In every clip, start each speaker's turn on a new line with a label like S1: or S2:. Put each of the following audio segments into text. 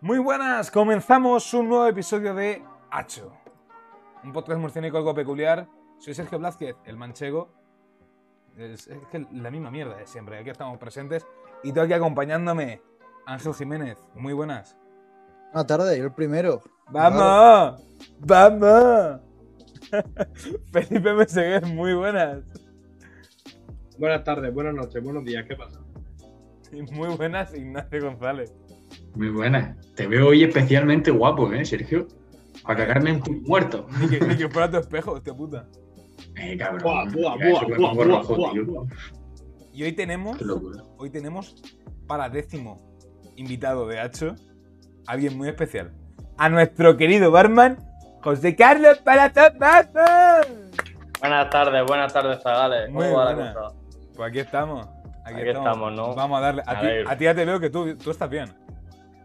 S1: Muy buenas, comenzamos un nuevo episodio de Hacho, un podcast murciánico algo peculiar. Soy Sergio Blázquez, el manchego. Es, es que la misma mierda de siempre, aquí estamos presentes. Y tú aquí acompañándome, Ángel Jiménez. Muy buenas.
S2: No, tarde, yo el primero.
S1: ¡Vamos! ¡Vamos! Felipe Meseguer, muy buenas.
S3: Buenas tardes, buenas noches, buenos días, ¿qué pasa?
S1: Y muy buenas, Ignacio González.
S4: Muy buena. Te veo hoy especialmente guapo, ¿eh, Sergio? Para cagarme en tu muerto.
S1: Ni que, ni que fuera tu espejo, hostia puta.
S4: Eh, cabrón.
S3: Buah, buah,
S4: Mira, eso
S3: buah,
S4: me
S3: buah,
S4: pongo
S3: buah,
S4: rojo,
S3: buah,
S4: tío.
S3: buah.
S1: Y hoy tenemos,
S4: Qué locura.
S1: hoy tenemos para décimo invitado de Hacho a alguien muy especial. A nuestro querido barman, José Carlos Palazzo.
S5: Buenas tardes, buenas tardes, Zagales.
S1: Muy
S5: ¿Cómo va la
S1: buenas.
S5: cosa?
S1: Pues aquí estamos. Aquí,
S5: Aquí estamos, ¿no?
S1: Vamos a darle. A
S5: Me
S1: ti,
S5: alegro.
S1: a ti ya te veo que tú, tú estás bien.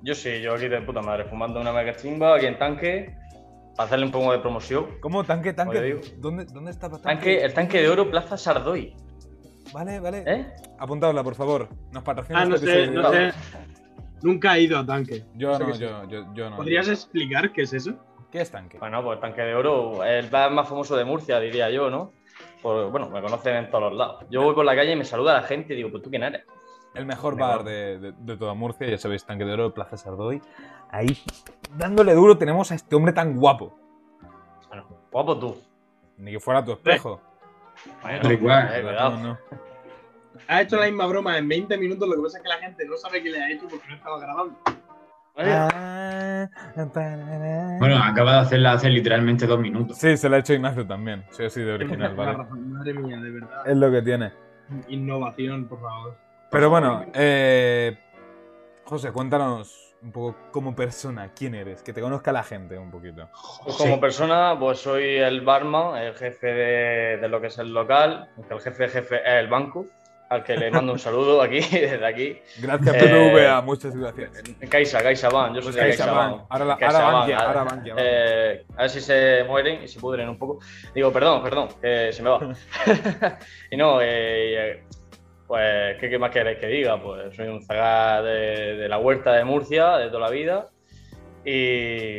S5: Yo sí, yo aquí de puta madre, fumando una mega chimba aquí en tanque, para hacerle un poco de promoción.
S1: ¿Cómo? Tanque,
S5: Oye,
S1: tanque.
S5: digo.
S1: ¿Dónde, dónde está
S5: Tanque, el tanque de oro Plaza Sardoy,
S1: Vale, vale.
S5: ¿eh?
S1: Apuntadla, por favor. Nos patrocina
S3: Ah, no
S1: este
S3: sé,
S1: episodio.
S3: no sé. Nunca he ido a tanque.
S1: Yo
S3: sé
S1: no,
S3: qué es
S1: yo, yo, yo no.
S3: ¿Podrías explicar qué es eso?
S1: ¿Qué es tanque?
S5: Bueno, pues tanque de oro, el bar más famoso de Murcia, diría yo, ¿no? Por- bueno, me conocen en todos los lados. Yo voy por la calle y me saluda la gente y digo, pues tú quién eres.
S1: El mejor
S5: Mejor.
S1: bar de, de- de toda Murcia, ya sabéis, Tanque de Oro, Plaza Sardoy. Ahí, dándole duro, tenemos a este hombre tan guapo.
S5: Bueno, guapo tú.
S1: Ni que fuera tu espejo.
S5: Bueno,
S4: Pero igual,
S5: eh,
S1: No,
S5: cuidado.
S1: no.
S3: Ha hecho la misma broma en 20 minutos, lo que pasa es que la gente no sabe qué le ha hecho porque no estaba grabando.
S1: Ah,
S5: Oye,
S4: Bueno, acaba de hacerla hace literalmente dos minutos.
S1: Sí, se lo ha hecho Ignacio también. Soy así de original, ¿vale?
S3: Madre mía, de verdad.
S1: Es lo que tiene.
S3: Innovación, por favor.
S1: Pero bueno, eh, José, cuéntanos un poco como persona, quién eres, que te conozca la gente un poquito.
S5: Pues
S4: Sí.
S5: como persona, pues soy el barman, el jefe de, de lo que es el local, aunque el jefe de jefe es el banco, al que le mando un saludo aquí, desde aquí.
S1: Gracias,
S5: Eh,
S1: PPVA, muchas gracias.
S5: Caixa, CaixaBank, yo soy de
S1: CaixaBank.
S5: CaixaBank.
S1: Ahora, la- ahora
S5: CaixaBank,
S1: Bankia,
S5: a-
S1: ahora Bankia. vale.
S5: eh, a ver si se mueren y se pudren un poco. Digo, perdón, perdón, que se me va. y no, eh, pues, ¿qué, qué más queréis que diga? Pues soy un zaga de, de la huerta de Murcia de toda la vida y,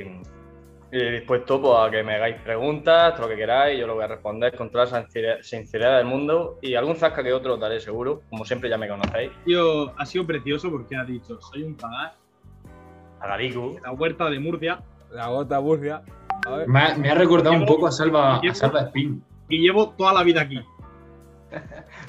S5: y dispuesto pues, a que me hagáis preguntas, todo lo que queráis, yo lo voy a responder con toda la sinceridad, sinceridad del mundo y algún zasca que otro os daré seguro, como siempre ya me conocéis.
S3: Tío, ha sido precioso porque ha dicho, soy un zagar
S5: A Garico.
S3: de la huerta de Murcia
S1: La gota Burgia. A ver.
S4: Me ha, me ha recordado un poco a Salva, a Salva Spin.
S3: y llevo toda la vida aquí.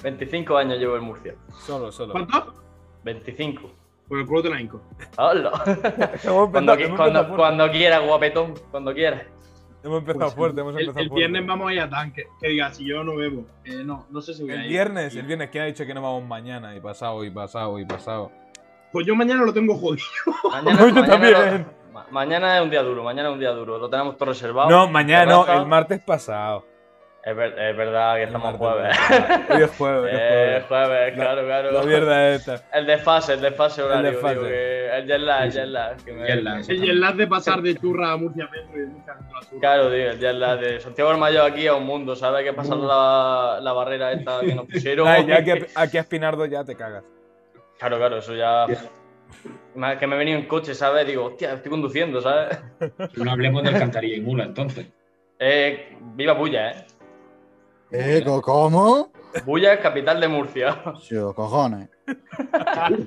S5: 25 años llevo en Murcia.
S1: Solo, solo.
S3: ¿Cuánto?
S5: 25.
S3: Por el culo te la hinco.
S5: ¡Hala!
S1: Hemos
S5: Cuando,
S1: empezado- hemos
S5: cuando,
S1: empezado
S5: cuando quieras, guapetón, cuando quieras.
S1: fuerte. Hemos empezado fuerte, hemos
S3: El,
S1: empezado
S3: el
S1: fuerte.
S3: viernes vamos a ir a tanque. Que diga, si yo no bebo. Eh, no, no sé si voy a
S1: El
S3: ir.
S1: viernes, el viernes, ¿quién ha dicho que no vamos mañana? Y pasado, y pasado, y pasado.
S3: Pues yo mañana lo tengo jodido.
S5: Mañana,
S1: Yo también.
S5: lo- ma- mañana es un día duro, mañana es un día duro. Lo tenemos todo reservado.
S1: No, mañana no,
S5: Terraza.
S1: el martes pasado.
S5: Es, ver- es verdad que
S1: El
S5: estamos
S1: martes
S5: jueves.
S1: pasado. Hoy es jueves, hoy es
S5: Eh,
S1: jueves.
S5: jueves,
S1: La-
S5: claro,
S1: La
S5: claro.
S1: mierda es esta.
S5: El desfase, el desfase horario. digo
S1: desfase.
S5: que- el jet lag, el jet lag. que me-
S4: Jet lag.
S3: Y el enlace de pasar de churra a Murcia Metro y de Murcia Metro a churra.
S5: Claro, tío, el jet lag de Santiago del Mayo aquí a un mundo, ¿sabes? Hay que pasar la, la barrera esta que nos pusieron.
S1: Ay, ya que aquí a Espinardo ya te cagas.
S5: Claro, claro, eso ya. Más Que me he venido en coche, ¿sabes? Digo, hostia, estoy conduciendo, ¿sabes?
S4: No hablemos de alcantarilla y mula, entonces.
S5: Eh, viva Bulla, ¿eh?
S2: Eh, co- ¿cómo?
S5: Bulla es capital de Murcia.
S2: Yo, cojones.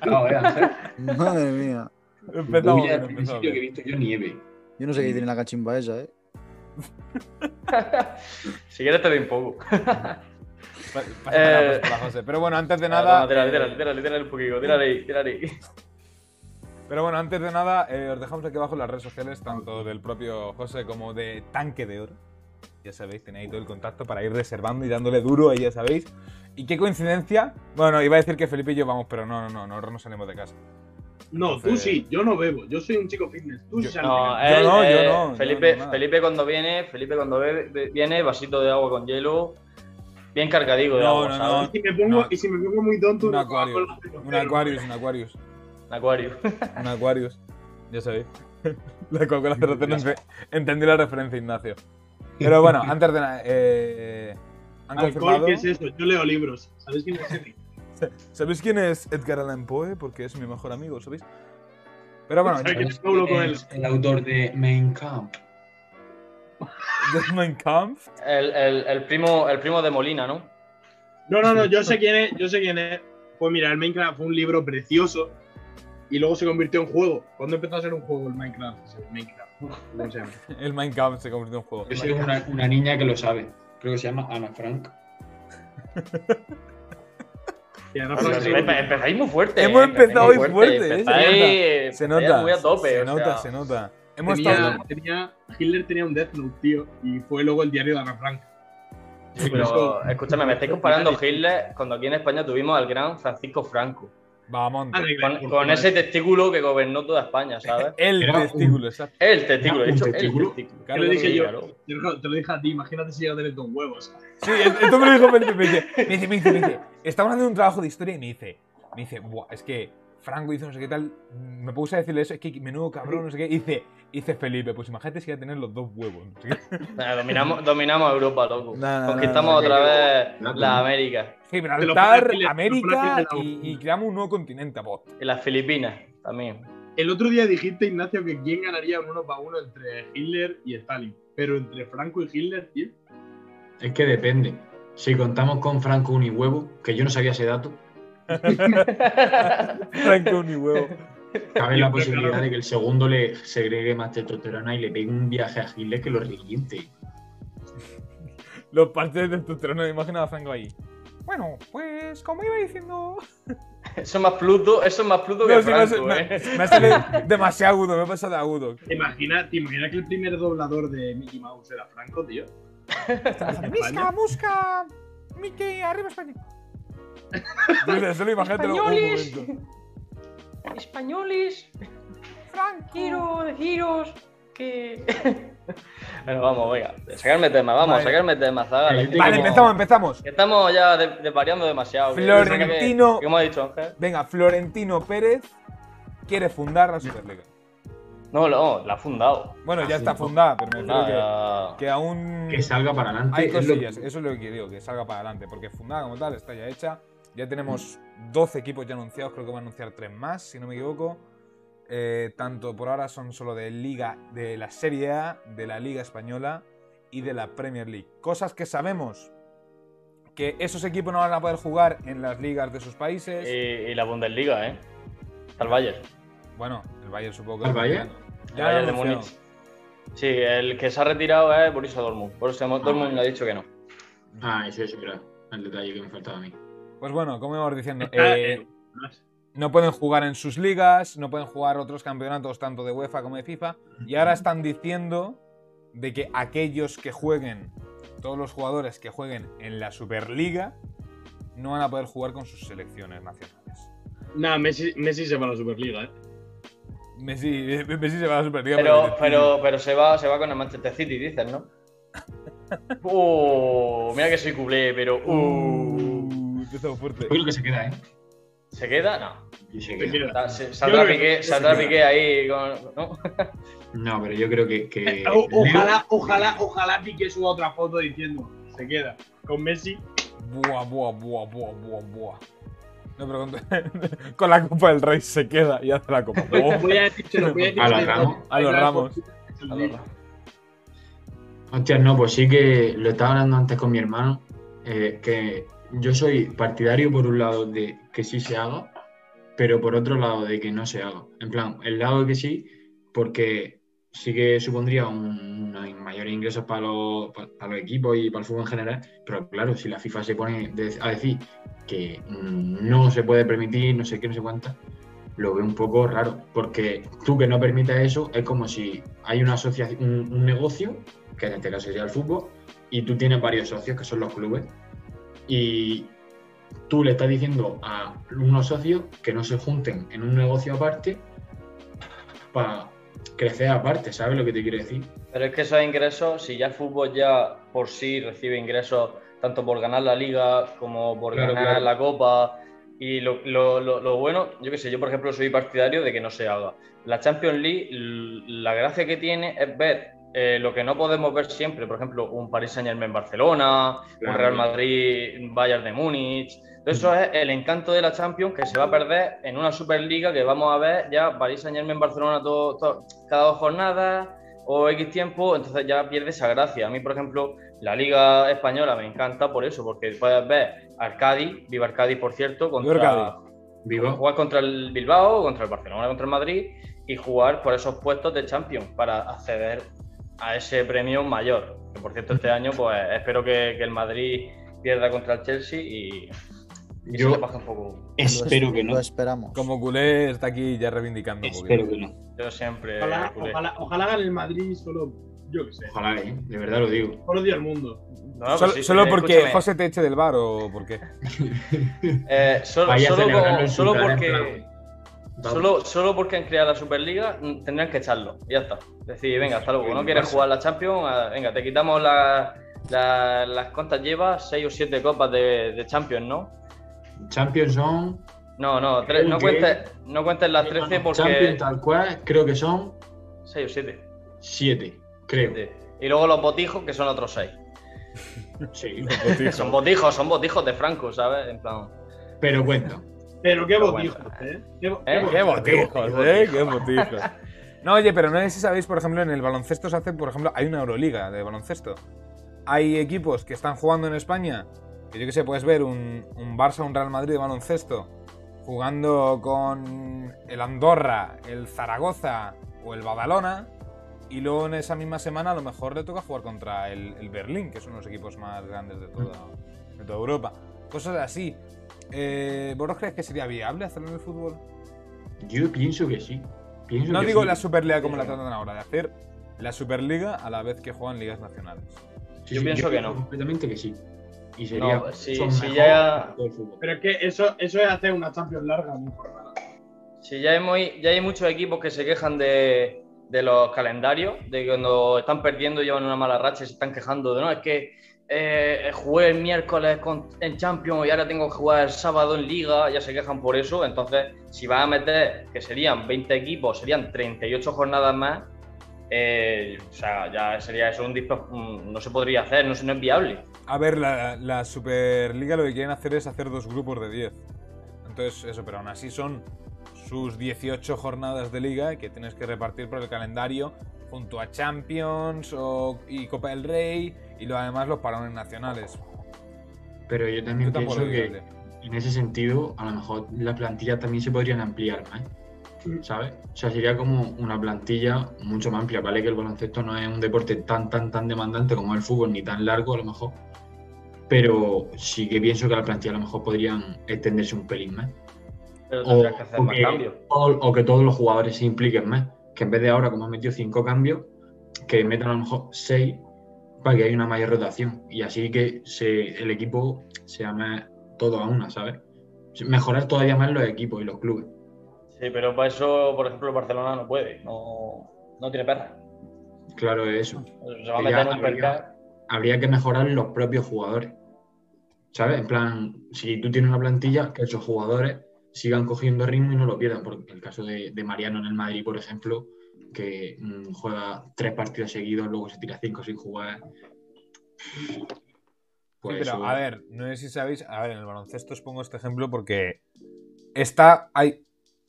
S4: No, eh, Ángel.
S2: Madre mía.
S1: Empezamos
S4: Uy,
S1: bien, empezamos
S4: al principio que he
S1: bien.
S4: visto yo nieve.
S2: Yo no sé qué tiene la cachimba esa, eh.
S5: Si quieres te doy un poco.
S1: Pa- pásala,
S5: Eh,
S1: pásala, José. Pero bueno, antes de
S5: Nada,
S1: nada.
S5: tírale,
S1: eh,
S5: tírale, tírale, tírale un poquito, tírale ahí, tírale ahí.
S1: Pero bueno, antes de nada, eh, os dejamos aquí abajo las redes sociales, tanto del propio José como de Tanque de Oro. Ya sabéis, tenéis todo el contacto para ir reservando y dándole duro ahí, ya sabéis. Y qué coincidencia. Bueno, iba a decir que Felipe y yo vamos, pero no, no, no, nosotros no salimos de casa.
S3: No, tú
S1: Entonces-
S3: sí, yo no bebo. Yo soy un chico fitness. Tú
S1: Yo-
S3: sí sales de
S5: No,
S3: casa.
S5: él,
S1: no, yo
S5: eh,
S1: no, yo
S5: Felipe,
S1: no, nada.
S5: Felipe cuando viene, Felipe cuando ve- ve- viene, vasito de agua con hielo, bien cargadigo de
S1: No,
S5: agua,
S1: eh, no,
S5: ¿sabes?
S3: Y si me pongo,
S1: no.
S3: y si me pongo muy tonto,
S1: Un
S3: una
S1: acuario.
S3: Coca-Cola,
S1: Un Aquarius, un Aquarius.
S5: Acuario.
S1: Un Aquarius. Ya sabéis. La Coca-Cola cero cero, ente- Entendí la referencia, Ignacio. Pero bueno, antes de nada. eh, han
S3: Alcohol,
S1: confirmado.
S3: ¿qué es eso? Yo leo libros. ¿Sabéis quién es ese?
S1: ¿Sabéis quién es Edgar Allan Poe? Porque es mi mejor amigo, ¿sabéis? Pero bueno,
S3: Pero
S1: ya-
S3: yo hablo con él.
S4: Es el autor de Main Camp.
S1: Mein Kampf.
S5: El, el- el primo, el primo de Molina, ¿no?
S3: No, no, no, yo sé quién es, yo sé quién es. Pues mira, el Minecraft fue un libro precioso y luego se convirtió en juego. ¿Cuándo empezó a ser un juego el Minecraft? O sea, el Minecraft. ¿Cómo se llama?
S1: El Mein Kampf se convirtió en juego.
S4: Yo soy una, una niña que lo sabe. Creo que se llama Ana Frank.
S3: Y ahora
S5: Empe-
S3: Frank se convirtió-
S5: Empezáis muy fuerte.
S1: Hemos
S5: eh, empezáis
S1: empezado
S5: muy
S1: hoy fuerte, eh, se
S5: empezáis-
S1: Se
S5: empezáis
S1: nota.
S5: muy a tope,
S1: se
S5: o
S1: nota,
S5: sea.
S1: se nota. Hemos
S3: tenía,
S1: estado.
S3: tenía- Hitler tenía un Death Note, tío, y fue luego el diario de Ana Frank.
S5: Sí, pero escúchame, me estáis comparando Hitler cuando aquí en España tuvimos al gran Francisco Franco.
S1: Vamos,
S3: Ah, de-
S5: Con, con ese testículo que gobernó toda España, ¿sabes?
S1: El
S4: Era un-
S1: testículo, exacto.
S5: El testículo, he
S4: ¿Un
S5: dicho
S4: testículo?
S5: el testículo.
S1: Claro,
S3: Yo le
S5: Sí,
S3: dije yo.
S5: claro.
S3: Te lo, te lo dije a ti, imagínate si llega a tener dos huevos.
S1: Sí, esto me lo dijo Felipe, me dice, me dice, me dice, me dice, estamos haciendo un trabajo de historia y me dice, me dice, "Buah, es que Franco hizo no sé qué tal, me puse a decirle eso, es que menudo cabrón, no sé qué, y dice, dice Felipe, pues imagínate si iba a tener los dos huevos, no sé qué.
S5: Nah, dominamos, dominamos Europa, loco.
S2: No, no,
S5: Conquistamos
S2: no, no,
S5: otra
S2: no,
S5: vez
S4: no, no.
S5: la América
S1: Gibraltar,
S3: fácil es- lo
S1: América
S3: fácil es la
S1: y, y
S3: opción.
S1: creamos un nuevo continente, bot.
S5: y las Filipinas también.
S3: El otro día dijiste, Ignacio, que quién ganaría un uno para uno entre Hitler y Stalin. Pero entre Franco y Hitler, tío.
S4: Es que depende. Si contamos con Franco Unihuevo, que yo no sabía ese dato,
S1: Franco ni huevo.
S4: cabe la posibilidad de que el segundo le segregue más testosterona y le pegue un viaje a Hitler que lo reviente.
S1: Los partes de testosterona, me imagino a Franco ahí. Bueno, pues como iba diciendo...
S5: eso es más Pluto, eso es más Pluto
S1: No,
S5: que
S1: sí, me, ha
S5: Franco,
S1: sal- me
S5: ¿eh?
S1: ha- me ha salido demasiado agudo, me ha pasado de agudo.
S3: ¿Te imaginas, ¿Te imaginas que el primer doblador de Mickey Mouse era Franco, tío? En España.
S1: musca, Mickey, arriba español. solo imagínatelo un
S5: Españoles.
S1: momento.
S5: Españoles. Giros, giros. Que. bueno, vamos, venga. Sacarme tema, vamos,
S1: Vale.
S5: sacarme tema, Zagal.
S4: Vale,
S5: que
S1: Vale,
S5: como-
S1: empezamos, empezamos.
S5: que Estamos ya de- de- variando demasiado. que-
S1: Florentino-
S5: que- ¿Cómo ha dicho Ángel?
S1: Venga, Florentino Pérez quiere fundar la Superliga.
S5: No, no, la ha fundado.
S1: Bueno, ya
S4: Ah,
S1: está
S4: sí.
S1: fundada, pero me refiero que,
S5: Nada.
S1: que aún
S4: Que salga para adelante.
S1: Mm. hay
S4: es lo
S1: cosillas. eh.
S4: que-
S1: Eso es lo que digo, que salga para adelante. Porque fundada como tal está ya hecha. Ya tenemos 12 equipos ya anunciados, creo que van a anunciar 3 más, si no me equivoco. Eh, tanto por ahora son solo de Liga, de la Serie A, de la Liga Española y de la Premier League. Cosas que sabemos que esos equipos no van a poder jugar en las ligas de sus países.
S5: Y, y la Bundesliga, ¿eh? Está el Bayern.
S1: Bueno, el Bayern supongo que
S4: ¿El
S1: lo
S4: Bayern?
S1: anunciaron.
S5: El
S1: Ya
S5: Bayern
S1: lo
S5: de
S1: anunciaron.
S5: Múnich. Sí, el que se ha retirado es Borussia Dortmund. Borussia Dortmund le ha dicho que no.
S4: Ah, eso es verdad. El detalle que me faltaba a mí.
S1: Pues bueno, como íbamos diciendo,
S3: Ah,
S1: eh,
S3: eh, no sé.
S1: no pueden jugar en sus ligas, no pueden jugar otros campeonatos tanto de UEFA como de FIFA, y ahora están diciendo de que aquellos que jueguen, todos los jugadores que jueguen en la Superliga, no van a poder jugar con sus selecciones nacionales.
S3: Nah, Messi, Messi se va a la Superliga, eh.
S1: Messi, Messi se va a la Superliga.
S5: Pero,
S1: porque-
S5: pero, pero se, va, se va con el Manchester City, dices, ¿no? ¡Oh! Mira que soy culé, pero. ¡uh!
S1: Uh, empezó fuerte.
S4: Yo creo que se queda, ¿eh?
S5: ¿Se queda? No.
S4: Y
S3: Se
S4: se queda.
S3: queda.
S5: Sa- se- Saldrá
S3: Yo creo que-
S5: Piqué, saldrá Piqué ahí con. ¿no?
S4: No, pero yo creo que. que-
S3: Eh, o- ojalá, ojalá, ojalá Piqué suba otra foto diciendo, se queda. Con Messi,
S1: Buah, buah, buah, buah, buah, buah. No, pero con, con la Copa del Rey se queda y hace la Copa. Oh.
S3: voy a decir, se lo voy a decir.
S4: A los
S3: de-
S4: Ramos.
S1: A los
S3: de-
S1: Ramos.
S3: Se lo digo.
S4: Hostias, no, pues sí que lo estaba hablando antes con mi hermano, eh, que yo soy partidario por un lado de que sí se haga, pero por otro lado de que no se haga. En plan, el lado de que sí, porque sí que supondría un- unos mayores ingresos para los, pa- para los equipos y para el fútbol en general, pero claro, si la FIFA se pone de- a decir que mm, no se puede permitir, no sé qué, no sé cuánta, lo veo un poco raro, porque tú que no permitas eso es como si hay una asociación, un- un negocio que en este caso sería el fútbol, y tú tienes varios socios, que son los clubes, y tú le estás diciendo a unos socios que no se junten en un negocio aparte para crecer aparte, ¿sabes lo que te quiero decir?
S5: Pero es que esos ingresos, si ya el fútbol ya por sí recibe ingresos tanto por ganar la liga como por
S4: Claro,
S5: ganar
S4: claro.
S5: la copa, y lo, lo- lo- lo bueno, yo qué sé, yo por ejemplo soy partidario de que no se haga. La Champions League, l- la gracia que tiene es ver eh, lo que no podemos ver siempre, por ejemplo, un Paris Saint Germain Barcelona, un
S4: Claro.
S5: Real Madrid Bayern de Múnich. Todo eso es el encanto de la Champions que se va a perder en una Superliga que vamos a ver ya Paris Saint Germain Barcelona todo- todo- cada dos jornadas o X tiempo, entonces ya pierde esa gracia. A mí, por ejemplo, la Liga Española me encanta por eso, porque puedes ver al Cádiz, viva el Cádiz, por cierto, contra,
S1: Viva el Cádiz.
S4: Viva.
S5: jugar contra el Bilbao, contra el Barcelona, contra el Madrid y jugar por esos puestos de Champions para acceder a ese premio mayor. Que por cierto, este año, pues espero que, que el Madrid pierda contra el Chelsea y, y se
S4: Yo
S5: le baje un poco.
S4: espero
S2: Lo-
S4: que no.
S2: Lo esperamos.
S1: Como culé está aquí ya reivindicando un
S4: Espero
S1: poquito.
S4: que no.
S5: Yo siempre.
S3: Ojalá,
S5: culé.
S3: ojalá, ojalá gane el Madrid solo, yo qué sé,
S4: Ojalá, ¿eh? De verdad lo digo.
S3: por los días del mundo.
S5: No,
S1: solo
S5: no, pero sí,
S1: solo
S5: eh,
S1: porque
S5: escúchame,
S1: José te eche del bar o por qué.
S5: eh, solo,
S4: Vaya a
S5: solo
S4: celebrarlo
S5: con-
S4: en su
S5: solo
S4: cara, en
S5: porque.
S4: plan, vamos.
S5: Solo, solo porque han creado la Superliga mm, tendrán que echarlo. Ya está. Decir, venga, hasta luego. No quieres jugar la Champions, Ah, venga, te quitamos la- la- las cuantas llevas, seis o siete copas de, de Champions, ¿no?
S4: Champions son.
S5: No, no, tres- no,
S4: Creo que-
S5: cuentes, no cuentes las 13 porque.
S4: Champions tal cual, creo que son
S5: Seis o siete.
S4: siete. Creo.
S5: siete. Y luego los botijos, que son otros seis.
S4: Sí.
S5: Son botijos, son botijos de Franco, ¿sabes? En plan.
S4: Pero cuenta.
S3: Pero qué
S5: Pero
S3: botijos, ¿eh? Qué, bo-
S5: ¿Eh?
S3: botijos.
S1: Qué botijos, eh, qué botijos. No, oye, pero no sé si sabéis, por ejemplo, en el baloncesto se hace, por ejemplo, hay una Euroliga de baloncesto. Hay equipos que están jugando en España, que yo qué sé, puedes ver un, un Barça, un Real Madrid de baloncesto, jugando con el Andorra, el Zaragoza o el Badalona, y luego en esa misma semana a lo mejor le toca jugar contra el, el Berlín, que es uno de los equipos más grandes de toda, de toda Europa. Cosas así. Eh, ¿Vosotros creéis que sería viable hacerlo en el fútbol?
S4: Yo pienso que sí. Pienso
S1: No
S4: que
S1: digo
S4: sí.
S1: la Superliga como la tratan ahora, de hacer la Superliga a la vez que juegan ligas nacionales.
S4: Sí,
S5: Yo
S4: sí,
S5: pienso que no.
S4: Completamente que sí. Y sería.
S5: No, si-
S4: mucho
S5: si
S4: mejor
S5: ya-
S4: para todo el fútbol.
S3: Pero es que eso, eso es hacer una Champions larga, muy jornada.
S5: Sí, ya, hemos- ya hay muchos equipos que se quejan de, de los calendarios, de que cuando están perdiendo llevan una mala racha y se están quejando de no, es que eh, jugué el miércoles con- en Champions y ahora tengo que jugar el sábado en Liga, ya se quejan por eso. Entonces, si vas a meter que serían 20 equipos, serían 38 jornadas más, eh, o sea, ya sería eso un dispa- un- no se podría hacer, no, se- no es viable.
S1: A ver, la, la Superliga lo que quieren hacer es hacer dos grupos de 10. Entonces, eso, pero aún así son sus 18 jornadas de liga que tienes que repartir por el calendario junto a Champions o- y Copa del Rey y lo, además los parones nacionales.
S4: Pero yo también
S1: Yo tampoco
S4: pienso
S1: lo veo
S4: que
S1: viable.
S4: en ese sentido, a lo mejor la plantilla también se podrían ampliar más.
S5: Mm.
S4: ¿Sabes? O sea, sería como una plantilla mucho más amplia. Vale que el baloncesto no es un deporte tan, tan, tan demandante como el fútbol, ni tan largo a lo mejor. Pero sí que pienso que la plantilla a lo mejor podrían extenderse un pelín más.
S5: Pero
S4: O,
S5: tendrías que hacer
S4: o
S5: más
S4: que,
S5: cambios.
S4: todo- o que todos los jugadores se impliquen más. Que en vez de ahora, como han metido cinco cambios, que metan a lo mejor seis para que haya una mayor rotación. Y así que se, el equipo sea más todo a una, ¿sabes? Mejorar todavía más los equipos y los clubes.
S5: Sí, pero para eso, por ejemplo, el Barcelona no puede, no, no tiene perra.
S4: Claro, es eso.
S5: Se va a
S4: Que ya
S5: meter en un
S4: habría-
S5: percal.
S4: Habría que mejorar los propios jugadores. ¿Sabes? En plan, si tú tienes una plantilla, que esos jugadores sigan cogiendo ritmo y no lo pierdan. Porque el caso de, de Mariano en el Madrid, por ejemplo, que mm, juega tres partidos seguidos, luego se tira cinco sin jugar.
S1: Sí,
S4: Pues
S1: pero,
S4: eso-
S1: a ver, no sé si sabéis. A ver, en el baloncesto os pongo este ejemplo porque está. Hay.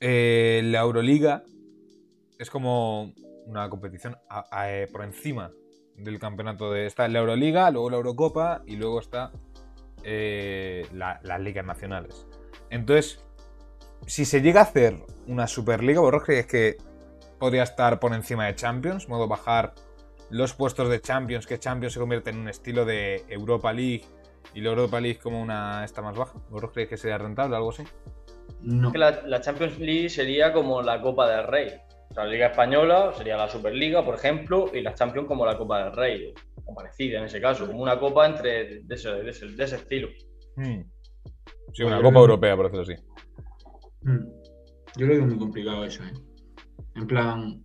S1: eh, la Euroliga es como una competición a- a- eh, por encima del campeonato de. Está la Euroliga, luego la Eurocopa y luego está eh, la- las ligas nacionales. Entonces, si se llega a hacer una Superliga, ¿vosotros creéis que podría estar por encima de Champions? Modo bajar los puestos de Champions, que Champions se convierte en un estilo de Europa League y la Europa League como una esta más baja. ¿Vosotros creéis que sería rentable o algo así?
S4: no.
S5: que la, la Champions League sería como la Copa del Rey. O sea, la Liga Española sería la Superliga, por ejemplo, y la Champions como la Copa del Rey, o parecida en ese caso, como una copa entre de ese, de ese- de ese estilo.
S1: Sí,
S4: Pues
S1: una
S4: yo
S1: Copa
S4: creo-
S1: Europea, por decirlo así.
S4: Mm. Yo lo veo muy complicado eso, ¿eh? En plan,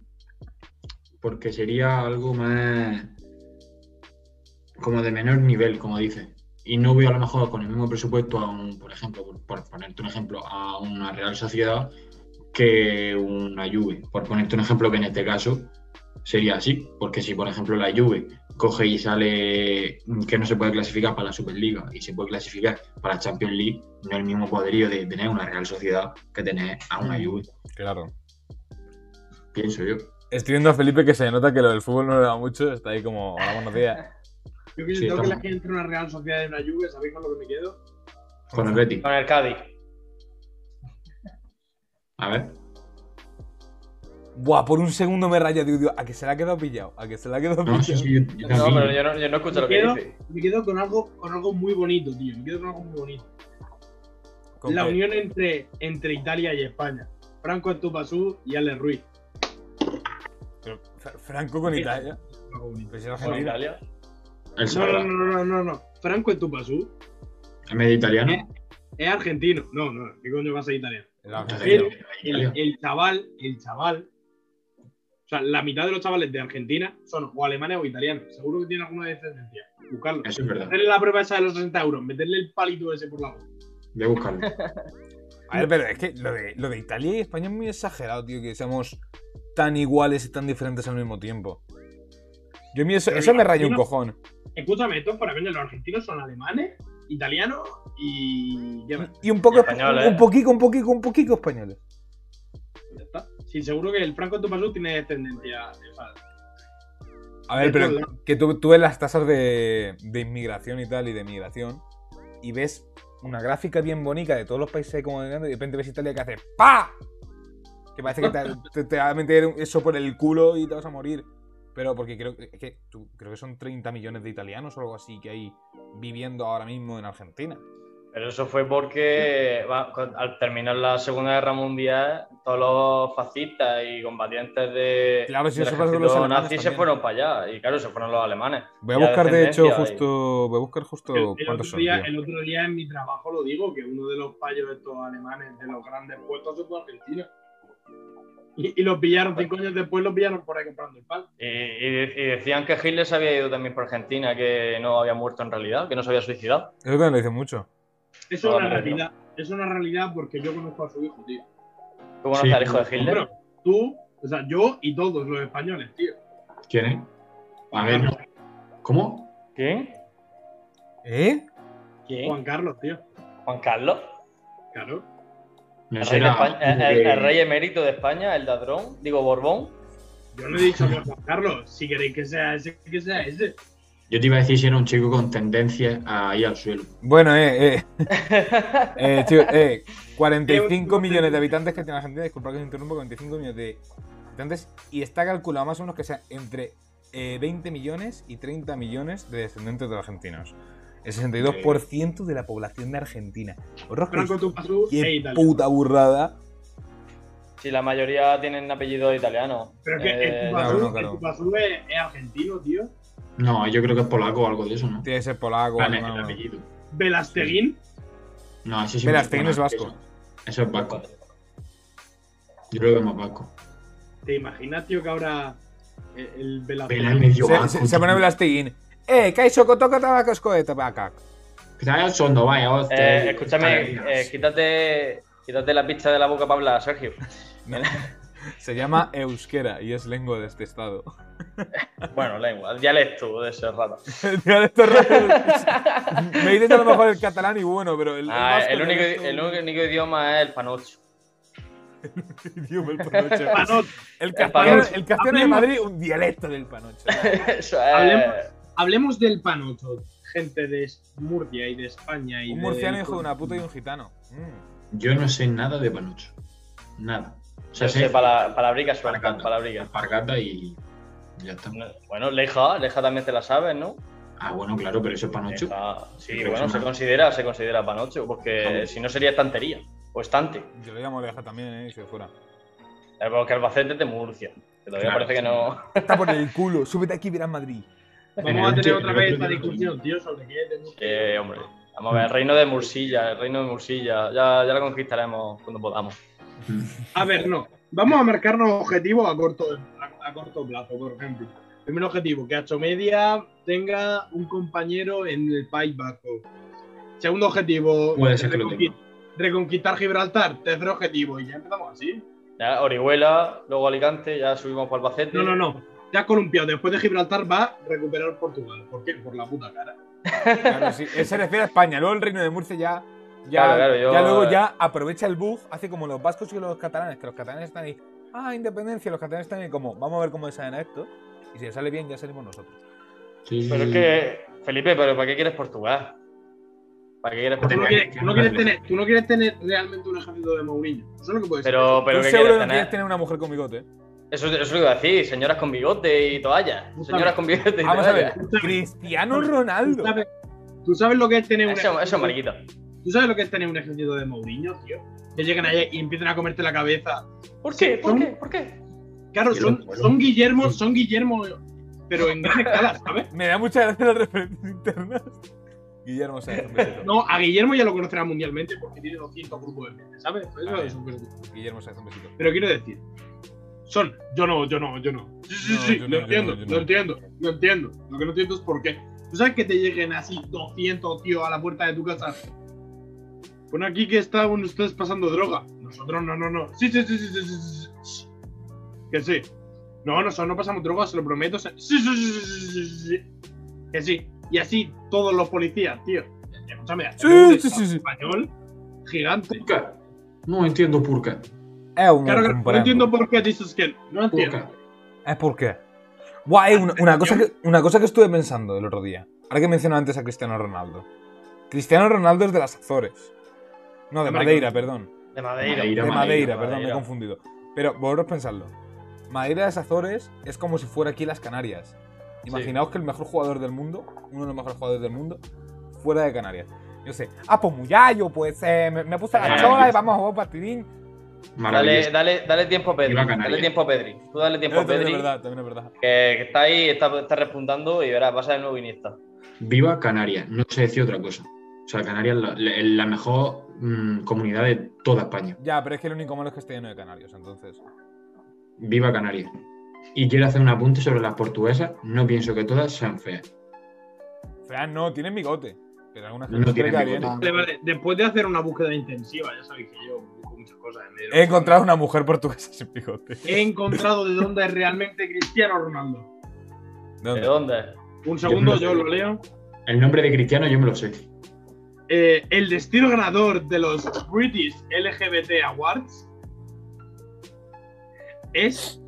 S4: porque sería algo más como de menor nivel, como dices. Y no veo a lo mejor con el mismo presupuesto a un, por ejemplo, por, por ponerte un ejemplo, a una Real Sociedad que una Juve, por ponerte un ejemplo que en este caso sería así. Porque si, por ejemplo, la Juve coge y sale mm, que no se puede clasificar para la Superliga y se puede clasificar para Champions League, no es el mismo poderío de tener una Real Sociedad que tener a una
S5: Mm.
S4: Juve,
S1: Claro.
S4: pienso yo.
S1: Estoy viendo a Felipe que se nota que lo del fútbol no le da mucho, está ahí como, hola, buenos días.
S3: Yo que
S4: Sí,
S3: si tengo que
S4: estamos-
S3: elegir entre una Real Sociedad y una Juve, ¿sabéis con lo que me quedo?
S4: Con el Betis.
S5: Con el Cádiz.
S4: A ver.
S1: Buah, por un segundo me raya, digo, digo, a que se le ha quedado pillado, a que se le ha quedado
S4: No,
S1: pillado.
S4: sí, sí, yo- yo
S5: No,
S4: también.
S5: pero yo no, yo no escucho lo que
S3: Quiero-
S5: dice.
S3: Me quedo con algo, con algo muy bonito, tío. Me quedo con algo muy bonito.
S1: Con
S3: la
S1: que-
S3: unión entre, entre Italia y España. Franco Estupasú y Ale Ruiz.
S1: pero Fra- Franco con Italia.
S3: Algo bonito.
S1: Pero si era
S5: Con
S1: Argentina.
S5: Italia.
S4: El
S3: No,
S4: Sabra.
S3: no, no, no, no, no. Franco Estupasú
S4: ¿Es medio italiano?
S3: ¿Eh? es argentino. No, no, ¿qué coño vas a italiano?
S1: Era Argentina.
S4: Argentino.
S3: El, el chaval, el chaval. O sea, la mitad de los chavales de Argentina son o alemanes o italianos. Seguro que tiene alguna descendencia. Buscarlo.
S4: Eso es verdad.
S3: Hacerle la prueba esa de los 60 euros, meterle el palito ese por la boca.
S4: Voy a buscarlo.
S1: A ver, pero es que lo de, lo de Italia y España es muy exagerado, tío, que seamos tan iguales y tan diferentes al mismo tiempo. Yo a mí eso,
S3: Pero
S1: eso
S3: los
S1: me raya un
S3: argentinos-
S1: cojón.
S3: Escúchame, esto para mí los argentinos son alemanes, italianos y. ya ves,
S1: Y un poco
S5: Y españoles.
S1: un poquito, un poquito, un poquito españoles.
S3: ya está. Sí, seguro que el Franco Tupasú tiene descendencia. o sea,
S1: A ver,
S3: Es
S1: pero
S3: verdad.
S1: que tú, tú ves las tasas de, de inmigración y tal, y de migración, y ves una gráfica bien bonita de todos los países como de de repente ves Italia que hace ¡Pa! Que parece que te, te- te va a meter eso por el culo y te vas a morir. Pero porque creo que, es que tú- creo que son 30 millones de italianos o algo así que hay viviendo ahora mismo en Argentina.
S5: Pero eso fue porque va, con- al terminar la Segunda Guerra Mundial, todos los fascistas y combatientes de,
S1: Claro, si
S5: del
S1: eso pasa con los
S5: ejército
S1: alemanes
S5: nazi se
S1: también.
S5: fueron para allá. Y claro, se fueron los alemanes.
S1: Voy a
S5: Ya,
S1: buscar, de hecho,
S5: descendencia,
S1: justo. Voy a buscar justo
S3: El, el
S1: cuántos
S3: otro
S1: son.
S3: día,
S1: tío.
S3: el otro día en mi trabajo lo digo, que uno de los payos de estos alemanes, de los grandes puestos, es de Argentina. Y, y los pillaron, cinco años después los pillaron por ahí comprando el pan.
S5: Y, y de- y decían que Hitler se había ido también por Argentina, que no había muerto en realidad, que no se había suicidado.
S1: Eso también lo dicen mucho.
S3: Eso
S5: Ah,
S3: es una
S5: hombre,
S3: realidad. Es una realidad porque yo conozco a su hijo, tío.
S5: ¿Tú conoces
S4: Sí.
S5: al hijo de Hitler?
S3: Hombre, tú, o sea, yo y todos los españoles, tío.
S4: ¿Quién es? A ver, no. ¿Cómo?
S5: ¿Quién?
S1: ¿Eh?
S5: ¿Quién?
S3: Juan Carlos, tío.
S5: ¿Juan Carlos?
S3: Claro.
S4: No
S5: El
S4: sé,
S5: rey, de
S4: era-
S5: España- el- el-
S3: Eh,
S5: el rey emérito de España, el ladrón, digo Borbón.
S3: Yo no he dicho que Juan Carlos. Si queréis que sea ese, que sea ese.
S4: Yo te iba a decir si era un chico con tendencia a ir al suelo.
S1: Bueno, eh, eh. Eh, tío, eh, 45 millones de habitantes que tiene Argentina, disculpa que os interrumpa, 45 millones de habitantes, y está calculado más o menos que sea entre eh, 20 millones y 30 millones de descendientes de argentinos. El 62% de la población de Argentina. ¿Os
S3: Franco
S1: creéis?
S3: Tupasú e
S1: ¡Qué
S3: Italia.
S1: puta burrada!
S5: Si la mayoría tienen apellido italiano.
S3: Pero que
S5: Eh,
S3: el
S1: claro,
S3: Tupasú,
S1: no, claro.
S3: el Tupasú es, es argentino, tío.
S4: No, yo creo que es polaco o algo de eso, ¿no?
S1: Tiene que ser polaco,
S4: Vale,
S1: alemán,
S4: el
S1: bueno.
S4: apellido.
S3: Velasteguín.
S4: No, ese sí
S1: Espera,
S4: me
S1: Stein es
S4: suena,
S1: vasco.
S4: Eso, eso es vasco. Yo creo que es más vasco.
S3: ¿Te imaginas, tío, que ahora el, el Velasteguín-
S4: Vela es medio
S1: Se,
S4: vasco.
S1: se, se pone Velasteguín. ¡Eh, Kaiso Kotoka Tabacasco de Tabacac!
S4: Está el sondo, vaya. hostia.
S5: Eh, escúchame,
S4: Vale,
S5: eh, quítate, quítate la pista de la boca para hablar, Sergio.
S1: Se llama euskera y es lengua de este estado.
S5: Bueno, lengua, dialecto de ese rato.
S1: El dialecto raro. Me dices a lo mejor el catalán y bueno, pero el, el
S5: Ah,
S1: vasco
S5: el, único,
S1: dialecto-
S5: el único idioma es el panocho.
S1: idioma, el panoche.
S3: Panot,
S1: El castellano,
S5: panoche.
S1: el castellano de
S3: Hablemos-
S1: Madrid, un dialecto del panoche.
S5: Eso
S3: Hablemos.
S5: es.
S3: hablemos del panocho. Gente de Murcia y de España y
S1: Un
S3: de-
S1: murciano, hijo de una puta y un gitano. Mm.
S4: Yo no sé nada de Panucho. Nada. O sea,
S5: Yo sé, para, palabrica suelta,
S4: Pargata.
S5: palabrica.
S4: Alpargata y ya está.
S5: No, Bueno, leja, leja también te la sabes, ¿no?
S4: Ah, bueno, claro, pero eso es Panucho.
S5: Leja, sí,
S4: Pero
S5: bueno,
S4: eso
S5: se
S4: no.
S5: considera, se considera panocho, porque
S4: Vale.
S5: si no sería estantería o estante.
S1: Yo lo llamo oreja también, eh, si fuera.
S5: Eh, Porque Albacete te Murcia. Que todavía
S4: Claro.
S5: parece que no.
S1: Está por el culo, súbete aquí y verás Madrid.
S3: Vamos a tener
S4: Tío,
S3: otra
S4: el
S3: vez
S4: otro
S3: esta
S4: día lo
S3: discusión, tío, sobre qué es de Murcia.
S5: Eh, hombre. Vamos
S4: Mm.
S5: a ver, el reino de Mursilla, el reino de Mursilla. Ya, ya lo conquistaremos cuando podamos.
S3: A ver, no. Vamos a marcarnos objetivos a corto, a, a corto plazo, por ejemplo. Primer objetivo, que Hacho Media tenga un compañero en el País Vasco. Segundo objetivo,
S4: Puede ser que lo
S3: reconqui- reconquistar Gibraltar. Tercer objetivo, y ya empezamos así.
S5: Ya, Orihuela, luego Alicante, ya subimos para Albacete.
S3: No, no, no. te has columpiado después de Gibraltar, va a recuperar Portugal. ¿Por qué? Por la puta cara.
S1: Claro, sí. Él se refiere a España, luego el Reino de Murcia ya. Ya,
S5: Claro, claro, yo-
S1: ya luego ya aprovecha el bug, hace como los vascos y los catalanes, que los catalanes están ahí, ah, independencia, los catalanes están ahí como, vamos a ver cómo salen esto, y si le sale bien ya salimos nosotros.
S4: Sí, sí,
S5: Pero es
S4: sí.
S5: que, Felipe, pero ¿para qué quieres Portugal? ¿Para qué quieres
S3: Tú no
S5: Portugal?
S3: quieres, tú no quieres tener, tú no quieres tener realmente un ejército de Mourinho. Eso es lo que puedes
S5: Pero, pero
S1: Tú
S5: ¿qué
S1: seguro
S5: quieres
S1: no
S5: tener?
S1: quieres tener una mujer con bigote. ¿eh?
S5: Eso, eso es lo que iba a decir, señoras con bigote y toallas.
S3: Justamente.
S5: Señoras con bigote y
S1: Vamos a ver,
S5: toallas.
S3: Escúchame,
S1: Cristiano
S3: escúchame,
S1: Ronaldo.
S3: ¿Tú sabes, tú sabes lo que es tener un
S5: Eso, eso es
S3: ejército-
S5: mariquita.
S3: ¿Tú sabes lo que es tener un ejército de Mourinho, tío? Que llegan allá y empiezan a comerte la cabeza.
S5: ¿Por
S3: Sí,
S5: qué? ¿Por
S3: son-
S5: qué? ¿Por qué?
S3: Claro,
S4: Qué
S3: son,
S4: loco, ¿no?
S3: son Guillermo, son Guillermo, pero en gran escala, ¿sabes?
S1: Me da mucha gracia las referencias internas. Guillermo Sáenz, un besito.
S3: No, a Guillermo ya lo conocerá mundialmente porque tiene 200 grupos de gente, ¿sabes? Eso
S1: Ah,
S3: es un perfil.
S1: Guillermo Sáenz, un besito.
S3: Pero quiero decir, son, yo no, yo no, yo no. Sí, sí,
S1: No,
S3: sí,
S1: yo
S3: lo
S1: no, yo
S3: entiendo,
S1: no, yo
S3: lo
S1: no.
S3: entiendo, lo entiendo. Lo que no entiendo es por qué. ¿Tú sabes que te lleguen así 200 tíos a la puerta de tu casa? Pon aquí que estaban ustedes pasando droga. Nosotros no, no, no. Sí, sí, sí, sí, sí, sí, sí, sí. Que sí. No, nosotros no pasamos droga, se lo prometo. se- Sí, sí, sí, sí, sí, sí, sí, sí. Que sí. Y así todos los policías, tío. Escúchame,
S1: Sí,
S3: hacemos un
S1: sí, sí, sí.
S3: español gigante.
S4: Purca. No entiendo por qué.
S1: Es un
S3: Claro, claro, no
S1: comprendo.
S3: entiendo por qué dices que no. no
S4: Por
S3: entiendo.
S4: qué.
S1: Es porque. Guay, una, una cosa que, una cosa que estuve pensando el otro día. Ahora que mencioné antes a Cristiano Ronaldo. Cristiano Ronaldo es de las Azores. No, de
S3: Hombre,
S1: Madeira, perdón.
S5: De Madeira.
S4: Madeira,
S1: De Madeira,
S4: Madeira,
S1: perdón, me he confundido. Pero vosotros pensadlo. Madeira de las Azores es como si fuera aquí las Canarias. Imaginaos que el mejor jugador del mundo, uno de los mejores jugadores del mundo, fuera de Canarias. Yo sé, ah, pues Muyallo, pues eh, me, me puse la
S5: Eh,
S1: chola y vamos a jugar partidín.
S5: Dale,
S4: Maravilloso.
S5: dale, dale tiempo a Pedri.
S4: Iba a eh. Canarias.
S5: Dale tiempo a Pedri. Tú dale tiempo
S1: Eh,
S5: a
S1: también es
S5: Pedri.
S1: verdad, también es verdad.
S5: Que, que está ahí, está, está repuntando y verás, va a ser el nuevo Iniesta.
S4: Viva Canarias. No sé decir otra cosa. O sea, Canarias es la, la- la mejor mm, comunidad de toda España.
S1: Ya, pero es que el único malo es que esté lleno de canarios, entonces.
S4: Viva Canarias. Y quiero hacer un apunte sobre las portuguesas. No pienso que todas sean feas.
S1: Fran, no, tienen bigote. Pero alguna
S4: No
S1: gente se le
S4: tienen
S1: cae
S4: bigote.
S1: bien.
S3: Vale, vale. Después de hacer una búsqueda intensiva, ya sabéis que yo busco muchas cosas en medio.
S1: He encontrado una mujer portuguesa sin bigote.
S3: He encontrado de dónde es realmente Cristiano Ronaldo.
S5: ¿De
S1: ¿Dónde?
S5: dónde?
S3: Un segundo,
S4: Yo
S3: yo
S4: no-
S3: lo leo.
S4: El nombre de Cristiano yo me lo sé.
S3: Eh, el destino ganador de los British LGBT Awards es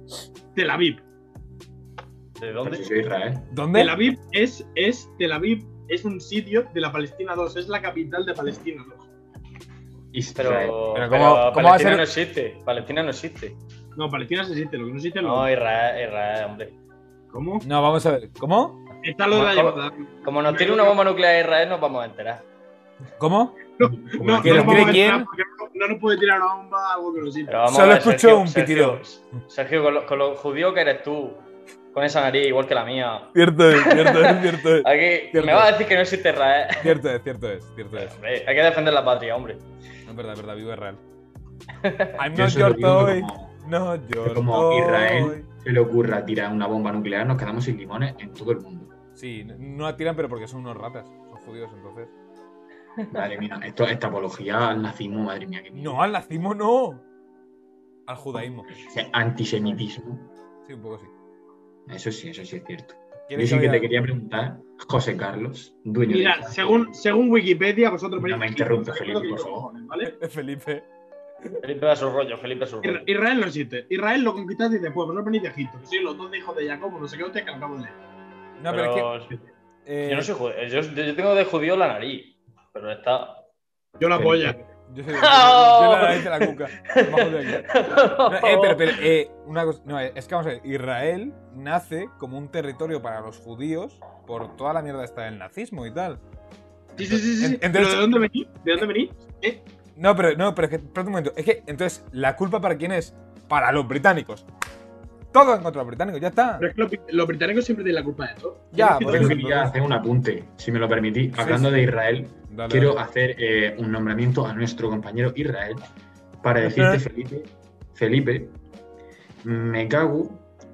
S3: Tel Aviv.
S5: ¿De
S4: Pero si
S5: dónde?
S4: soy Israel.
S1: ¿Dónde?
S3: Tel Aviv es, es Tel Aviv es un sitio de la Palestina 2, es la capital de Palestina 2.
S5: Pero,
S4: Israel.
S1: Pero
S5: pero
S1: ¿cómo- cómo va a
S5: Palestina
S1: ser-
S5: no existe. Palestina no existe.
S3: No, Palestina se existe, lo que no existe es lo.
S5: No, Israel, Israel, hombre.
S3: ¿Cómo?
S1: No, vamos a ver. ¿Cómo?
S3: Está lo de la
S5: ¿Cómo-
S3: llamada.
S5: Como nos tiene una bomba nuclear Israel, nos vamos a enterar.
S1: ¿Cómo?
S4: Como
S3: No,
S4: la-
S1: ¿Que lo
S3: no nos vamos
S1: cree
S3: a enterar
S1: quién?
S3: porque no- No nos puede tirar una bomba algo que no sirve.
S5: Pero vamos
S1: Solo
S5: a ver,
S1: escucho
S5: Sergio-
S1: un
S5: Sergio-
S1: pitido.
S5: Sergio, con, lo, con lo judío que eres tú, con esa nariz igual que la mía.
S1: Cierto es, cierto es, cierto es.
S5: Aquí
S1: Cierto.
S5: me vas a decir que no existe Israel.
S1: Cierto es, cierto es, cierto es.
S5: Hombre, hay que defender la patria, hombre.
S1: No, es verdad, es verdad, vivo Israel. I'm
S4: Yo
S1: not
S4: eso lo
S1: your
S4: digo
S1: toy.
S4: como-
S1: No, your
S4: como
S1: toy.
S4: Israel. se le ocurra tirar una bomba nuclear, nos quedamos sin limones en todo el mundo.
S1: Sí, no la tiran, pero porque son unos ratas. Son judíos, entonces.
S4: Madre mía, esto, esta apología al nazismo, madre mía, que
S1: No, al nazismo no. Al judaísmo.
S4: antisemitismo.
S1: Sí, un poco sí.
S4: Eso sí, eso sí es cierto. Yo
S1: ¿Quieres
S4: sí que
S1: haya-
S4: te quería preguntar, José Carlos, dueño
S3: Mira,
S4: de...
S3: según, según Wikipedia, vosotros
S4: No
S3: veréis-
S4: me interrumpas, Felipe,
S3: vosotros
S4: por favor.
S3: cojones, ¿vale?
S1: Felipe.
S5: Felipe a su rollo, Felipe a su rollo.
S3: Ir- Israel no existe. Israel lo conquistaste después, vosotros venís de Egipto, que sois los dos hijos de Jacobo, no sé qué hostia que acabo de leer.
S1: No, pero, es
S5: Pero
S1: que. eh,
S5: yo no soy judío. Yo, yo tengo de judío la nariz. Pero está.
S3: Yo la
S4: Pero-
S3: polla.
S1: Yo soy yo,
S5: ¡Oh!
S1: la nariz de la cuca. Más judío que- No, eh, pero, pero, eh, una cosa, no, eh, es que vamos a ver, Israel nace como un territorio para los judíos por toda la mierda esta del nazismo y tal.
S3: Sí, sí, sí, sí. sí.
S1: En- entonces-
S3: ¿Pero de dónde venís? ¿De dónde venís? ¿Eh?
S1: No, pero, no, pero es que, espérate un momento, es que, entonces, ¿la culpa para quién es? Para los británicos. Todo en contra de los británicos, ya está.
S3: Pero es que los, los británicos siempre tienen la culpa de todo.
S1: Ya,
S3: Es que-
S1: por
S4: Yo
S1: eso.
S4: quería hacer un apunte, si me lo permitís.
S1: Sí,
S4: Hablando
S1: sí.
S4: de Israel,
S1: Dale,
S4: quiero
S1: dale.
S4: hacer eh, un nombramiento a nuestro compañero Israel para decirte, Felipe, Felipe, me cago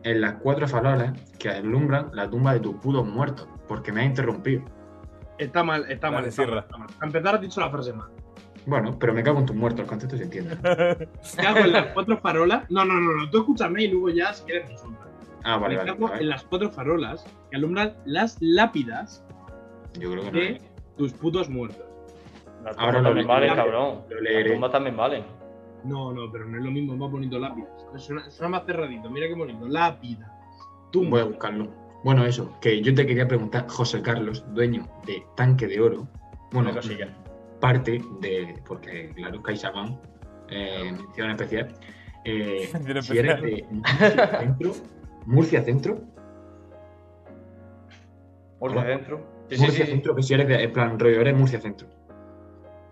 S4: en las cuatro farolas que alumbran la tumba de tus putos muertos, porque me has interrumpido.
S3: Está mal, está
S1: Dale,
S3: mal. Está
S1: cierra.
S3: mal, está mal. A empezar has dicho la frase mal.
S4: Bueno, pero me cago en tus muertos, el concepto se entiende.
S3: ¿Qué hago en las cuatro farolas? No, no, no, no. Tú escúchame y luego ya, si quieres, resulta.
S4: Ah, vale,
S3: Me
S4: vale.
S3: cago
S4: vale.
S3: en las cuatro farolas que alumbran las lápidas
S4: Yo creo que no.
S3: de
S4: ¿eh?
S3: tus putos muertos.
S5: Las
S4: Ahora
S5: tumbas
S4: lo
S5: también
S4: leeré.
S5: valen, cabrón.
S4: Lo
S5: Las
S4: leeré.
S5: tumbas también valen.
S3: No, no, pero no es lo mismo, es más bonito lápidas. Suena, suena más cerradito, mira qué bonito. Lápida. Tumba.
S4: Voy a buscarlo. Bueno, eso, que yo te quería preguntar, José Carlos, dueño de Tanque de Oro. Bueno,
S5: Eso sí que-
S4: parte de. Porque, claro, CaixaBank, eh, mención especial. eh,
S1: Mención
S4: si eres de Murcia Centro, Murcia Centro,
S5: Murcia
S4: Hola.
S5: Centro. Sí, sí,
S4: Murcia
S5: sí.
S4: Centro, que si eres de. En plan, rollo, eres Murcia Centro.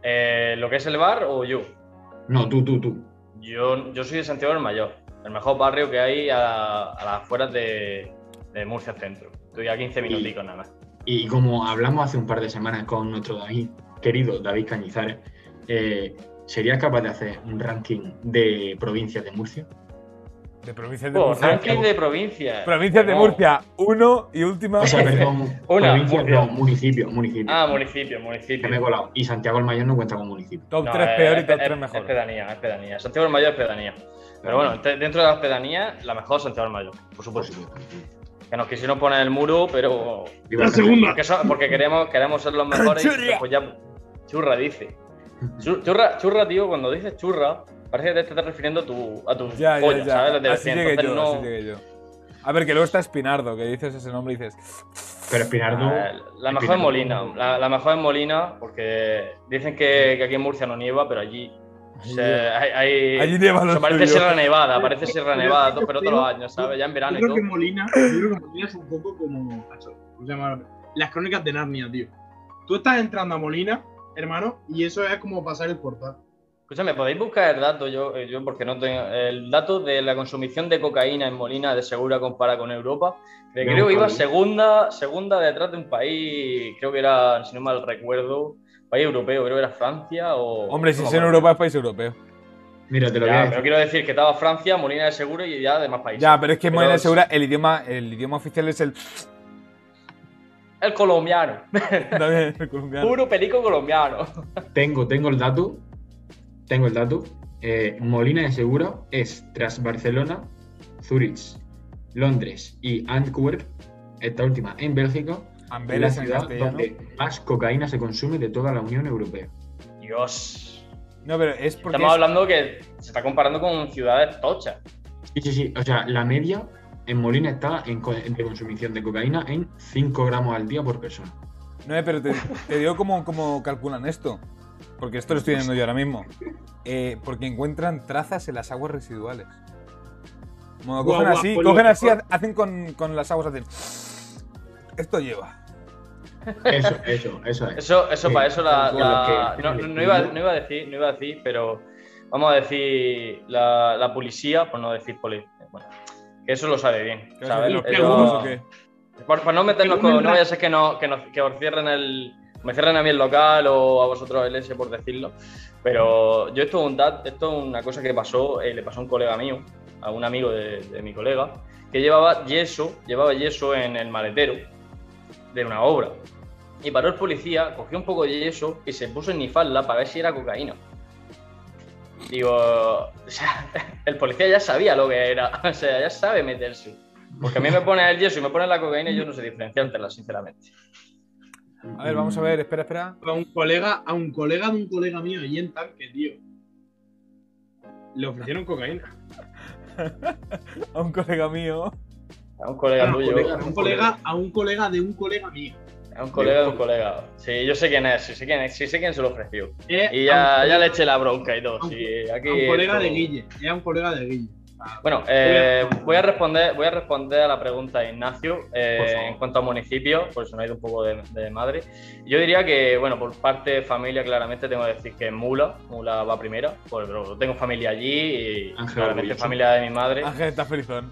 S5: Eh, ¿Lo que es el bar o yo?
S4: No, tú, tú, tú.
S5: Yo, yo soy de Santiago del Mayor, el mejor barrio que hay a, a las afueras de, de Murcia Centro. Estoy a 15 minuticos nada más.
S4: Y como hablamos hace un par de semanas con nuestro David, querido David Cañizares, eh, ¿serías capaz de hacer un ranking de provincias de Murcia?
S1: De provincias de
S5: Oh,
S1: Murcia.
S5: ranking de provincias.
S1: Provincias de
S5: No.
S1: Murcia, uno y última. pues,
S4: O sea, perdón,
S5: Una,
S4: provincias,
S5: Murcia.
S4: no, municipio, municipio.
S5: Ah, municipio,
S4: Que me he
S5: municipio.
S4: colado. Y Santiago el Mayor no cuenta con municipio.
S1: top
S5: No, eh,
S1: 3
S5: es-
S1: peor y
S5: es-
S1: top
S5: es-
S1: 3
S5: Es
S1: mejor.
S5: pedanía, es pedanía. Santiago del Mayor es pedanía. Pero bueno, te- dentro de las pedanías, la mejor es Santiago del Mayor, por
S4: Por
S5: supuesto.
S4: supuesto.
S5: Que nos quisieron poner el muro, pero.
S3: La segunda.
S5: Porque, so- porque queremos, queremos ser los mejores. y
S1: Churria.
S5: pues ya- churra, dice. Chu- Churra, churra, tío, cuando dices churra, parece que te estás refiriendo a tu, a tu
S1: Ya,
S5: polla,
S1: ya,
S5: ¿sabes?
S1: ya.
S5: Desde
S1: Así
S5: recién,
S1: llegué yo,
S5: entonces no- eh,
S1: así llegué yo. A ver, que luego está Espinardo, que dices ese nombre y dices.
S4: Pero Espinardo.
S5: Ah, la mejor es
S4: Espinardo.
S5: Molina. La, la mejor es Molina, porque dicen que, que aquí en Murcia no nieva, pero allí.
S2: Allí
S5: se- hay- hay-
S1: Allí nieva
S5: o sea,
S1: lo
S5: parece
S1: suyo.
S5: Sierra Nevada, parece Sierra
S3: Yo
S5: Nevada,
S3: creo que
S5: pero todos los
S3: creo-
S5: años, ¿sabes? Ya en
S3: Yo
S5: verano y
S3: creo
S5: todo.
S3: que Molina, yo creo que Molina es un poco como. macho, ¿cómo se llama? Las crónicas de Narnia, tío. Tú estás entrando a Molina, hermano, y eso es como pasar el portal.
S5: Escúchame, ¿podéis buscar el dato? Yo, eh, yo porque no tengo. El dato de la consumición de cocaína en Molina de Segura compara con Europa. que
S4: Voy a
S5: creo que iba
S1: ¿eh?
S4: buscarlo.
S5: segunda, segunda detrás de un país, creo que era, si no mal recuerdo, país europeo, creo que era Francia o.
S1: Hombre, si
S5: no me
S1: es en
S5: acuerdo.
S1: Europa es país europeo.
S4: Mira, te lo voy
S5: Ya,
S4: a
S5: pero
S4: decir.
S5: quiero decir que estaba Francia, Molina de Segura y ya demás países.
S1: Ya, pero es que en
S5: Pero
S1: Molina de
S5: es-
S1: Segura el idioma, el idioma oficial es el.
S5: El colombiano.
S1: también el colombiano.
S5: Puro perico colombiano.
S4: Tengo, tengo el dato. Tengo el dato. Eh, Molina de Segura es, tras Barcelona, Zurich, Londres y Antwerp, esta última en Bélgica, la
S1: Amberes en
S4: ciudad
S1: castellano.
S4: donde más cocaína se consume de toda la Unión Europea.
S5: Dios.
S1: No, pero es porque.
S5: Estamos
S1: es-
S5: hablando que se está comparando con ciudades tochas.
S4: Sí, sí, sí. O sea, la media en Molina está en co- de consumición de cocaína en 5 gramos al día por persona.
S1: No, eh, pero te, te digo cómo, cómo calculan esto. Porque esto lo estoy viendo yo ahora mismo. Eh, porque encuentran trazas en las aguas residuales. Como
S3: Guau,
S1: cogen
S3: guau,
S1: así,
S3: pues lo
S1: cogen así,
S3: mejor.
S1: ha- hacen con, con las aguas, hacen. Esto lleva.
S4: Eso, eso, eso es.
S5: Eso, eso
S4: Sí,
S5: para eso la.
S4: con lo
S5: la-
S4: que-
S5: no, no- no iba, no iba a decir, no iba a decir, pero vamos a decir la, la policía, por no decir policía. Bueno, que eso lo sabe bien.
S1: ¿Qué vas a
S5: ¿sabes?
S1: hacer, los
S5: Eso-
S1: piojos o qué?
S5: Por, por no meternos
S3: Según
S5: con.
S3: el
S5: No
S3: ra-
S5: vaya a ser que, no, que, nos, que os cierren el. Me cierren a mí el local o a vosotros el S, por decirlo. Pero yo, esto es, un dat- esto es una cosa que pasó, eh, le pasó a un colega mío, a un amigo de, de mi colega, que llevaba yeso, llevaba yeso en el maletero de una obra. Y paró el policía, cogió un poco de yeso y se puso en nifalda para ver si era cocaína. Digo, o sea, el policía ya sabía lo que era, o sea, ya sabe meterse. Porque a mí me pone el yeso y me pone la cocaína y yo no sé diferenciar entre las, sinceramente.
S1: A ver, vamos a ver, espera, espera.
S3: A un colega, a un colega de un colega mío allí en tanque, tío. Le ofrecieron cocaína.
S1: A un colega mío.
S5: A un colega
S3: Ah,
S5: tuyo.
S3: A un colega, a un colega de un colega mío.
S5: A un colega de un colega. Sí, yo sé quién es, sí sé quién es, sí sé quién se lo ofreció.
S3: Eh,
S5: Y
S3: a
S5: ya,
S3: un-
S5: ya le eché la bronca y todo.
S3: a un-
S5: sí, aquí
S3: A un colega
S5: esto-
S3: de Guille. Era un colega de Guille.
S5: Bueno, eh, voy, a responder, voy a responder a la pregunta de Ignacio eh,
S4: Por favor.
S5: en cuanto a municipios, por eso me ha ido un poco de, de madre. Yo diría que, bueno, por parte de familia, claramente tengo que decir que Mula, Mula va primera, pues, pero tengo familia allí y
S4: Ángel
S5: claramente
S4: Orgulloso.
S5: familia de mi madre.
S1: Ángel está felizón.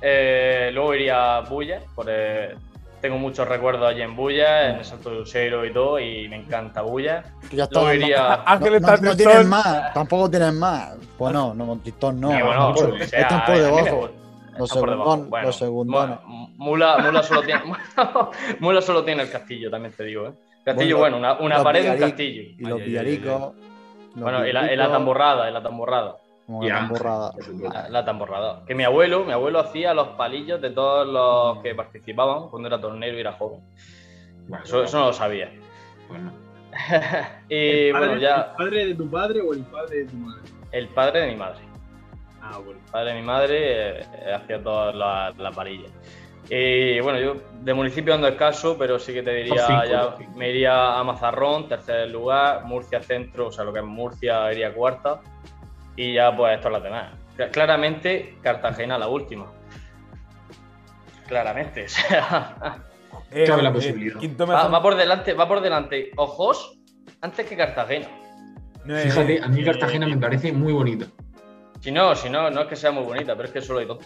S5: Eh, luego iría a Bulla, por, eh, tengo muchos recuerdos allí en Bulla, en el Santo Lucero y todo, y me encanta Bulla.
S2: Que ya está.
S5: Luego
S2: No,
S5: iría.
S1: Ah, Ángel
S2: no-
S1: está
S2: no tienes
S1: tristón.
S2: más, tampoco tienes más. Pues no, no, con Tristón no. pues,
S5: Eh, bueno,
S4: mucho,
S5: o
S4: eh.
S5: sea,
S2: Están por
S5: a mí me
S2: debajo.
S5: gusta.
S2: Los
S5: Está por debajo.
S2: segundones,
S5: Bueno,
S2: los segundones.
S5: mu- Mula, Mula solo tiene, Mula solo tiene el castillo, también te digo. ¿eh? Castillo,
S2: Bueno,
S5: bueno, una, una
S2: los
S5: pared y un
S2: Villaric-
S5: castillo.
S2: Y
S1: Ay, ay, ay,
S2: los
S1: ay, ay.
S2: Villaricos. los
S5: Bueno, y la, y la
S2: Villaricos.
S5: tamborrada, y la tamborrada.
S2: Como
S4: Y
S2: que tan
S4: Ángel,
S2: borrada.
S4: por supuesto.
S5: La, la tamborrada. Que mi abuelo, mi abuelo hacía los palillos de todos los que participaban cuando era tornero y era joven.
S4: Bueno,
S5: Eso, eso no lo sabía.
S4: pues no.
S5: y
S3: ¿El padre-
S5: bueno, ya
S3: ¿El padre de tu padre o el padre de tu madre?
S5: el padre de mi madre.
S3: Ah, bueno.
S5: padre de mi madre eh, eh, hacía todas la- las varillas. Y bueno, yo de municipio ando escaso, pero sí que te diría,
S4: Top cinco,
S5: ya
S4: top cinco.
S5: me iría a Mazarrón, tercer lugar, Murcia centro, o sea, lo que es Murcia iría cuarta, y ya pues esto es la demás. Cla- Claramente, Cartagena la última. Claramente, o sea,
S1: Eh,
S4: Cabe la
S1: eh,
S4: posibilidad.
S1: quinto
S5: va,
S1: mejor.
S5: va por delante, va por delante, ojos, antes que Cartagena.
S1: no, eh,
S4: Fíjate,
S5: ah,
S4: a mí Cartagena me parece muy bonito.
S5: Si no, si no, no es que sea muy bonita, pero es que solo hay dos.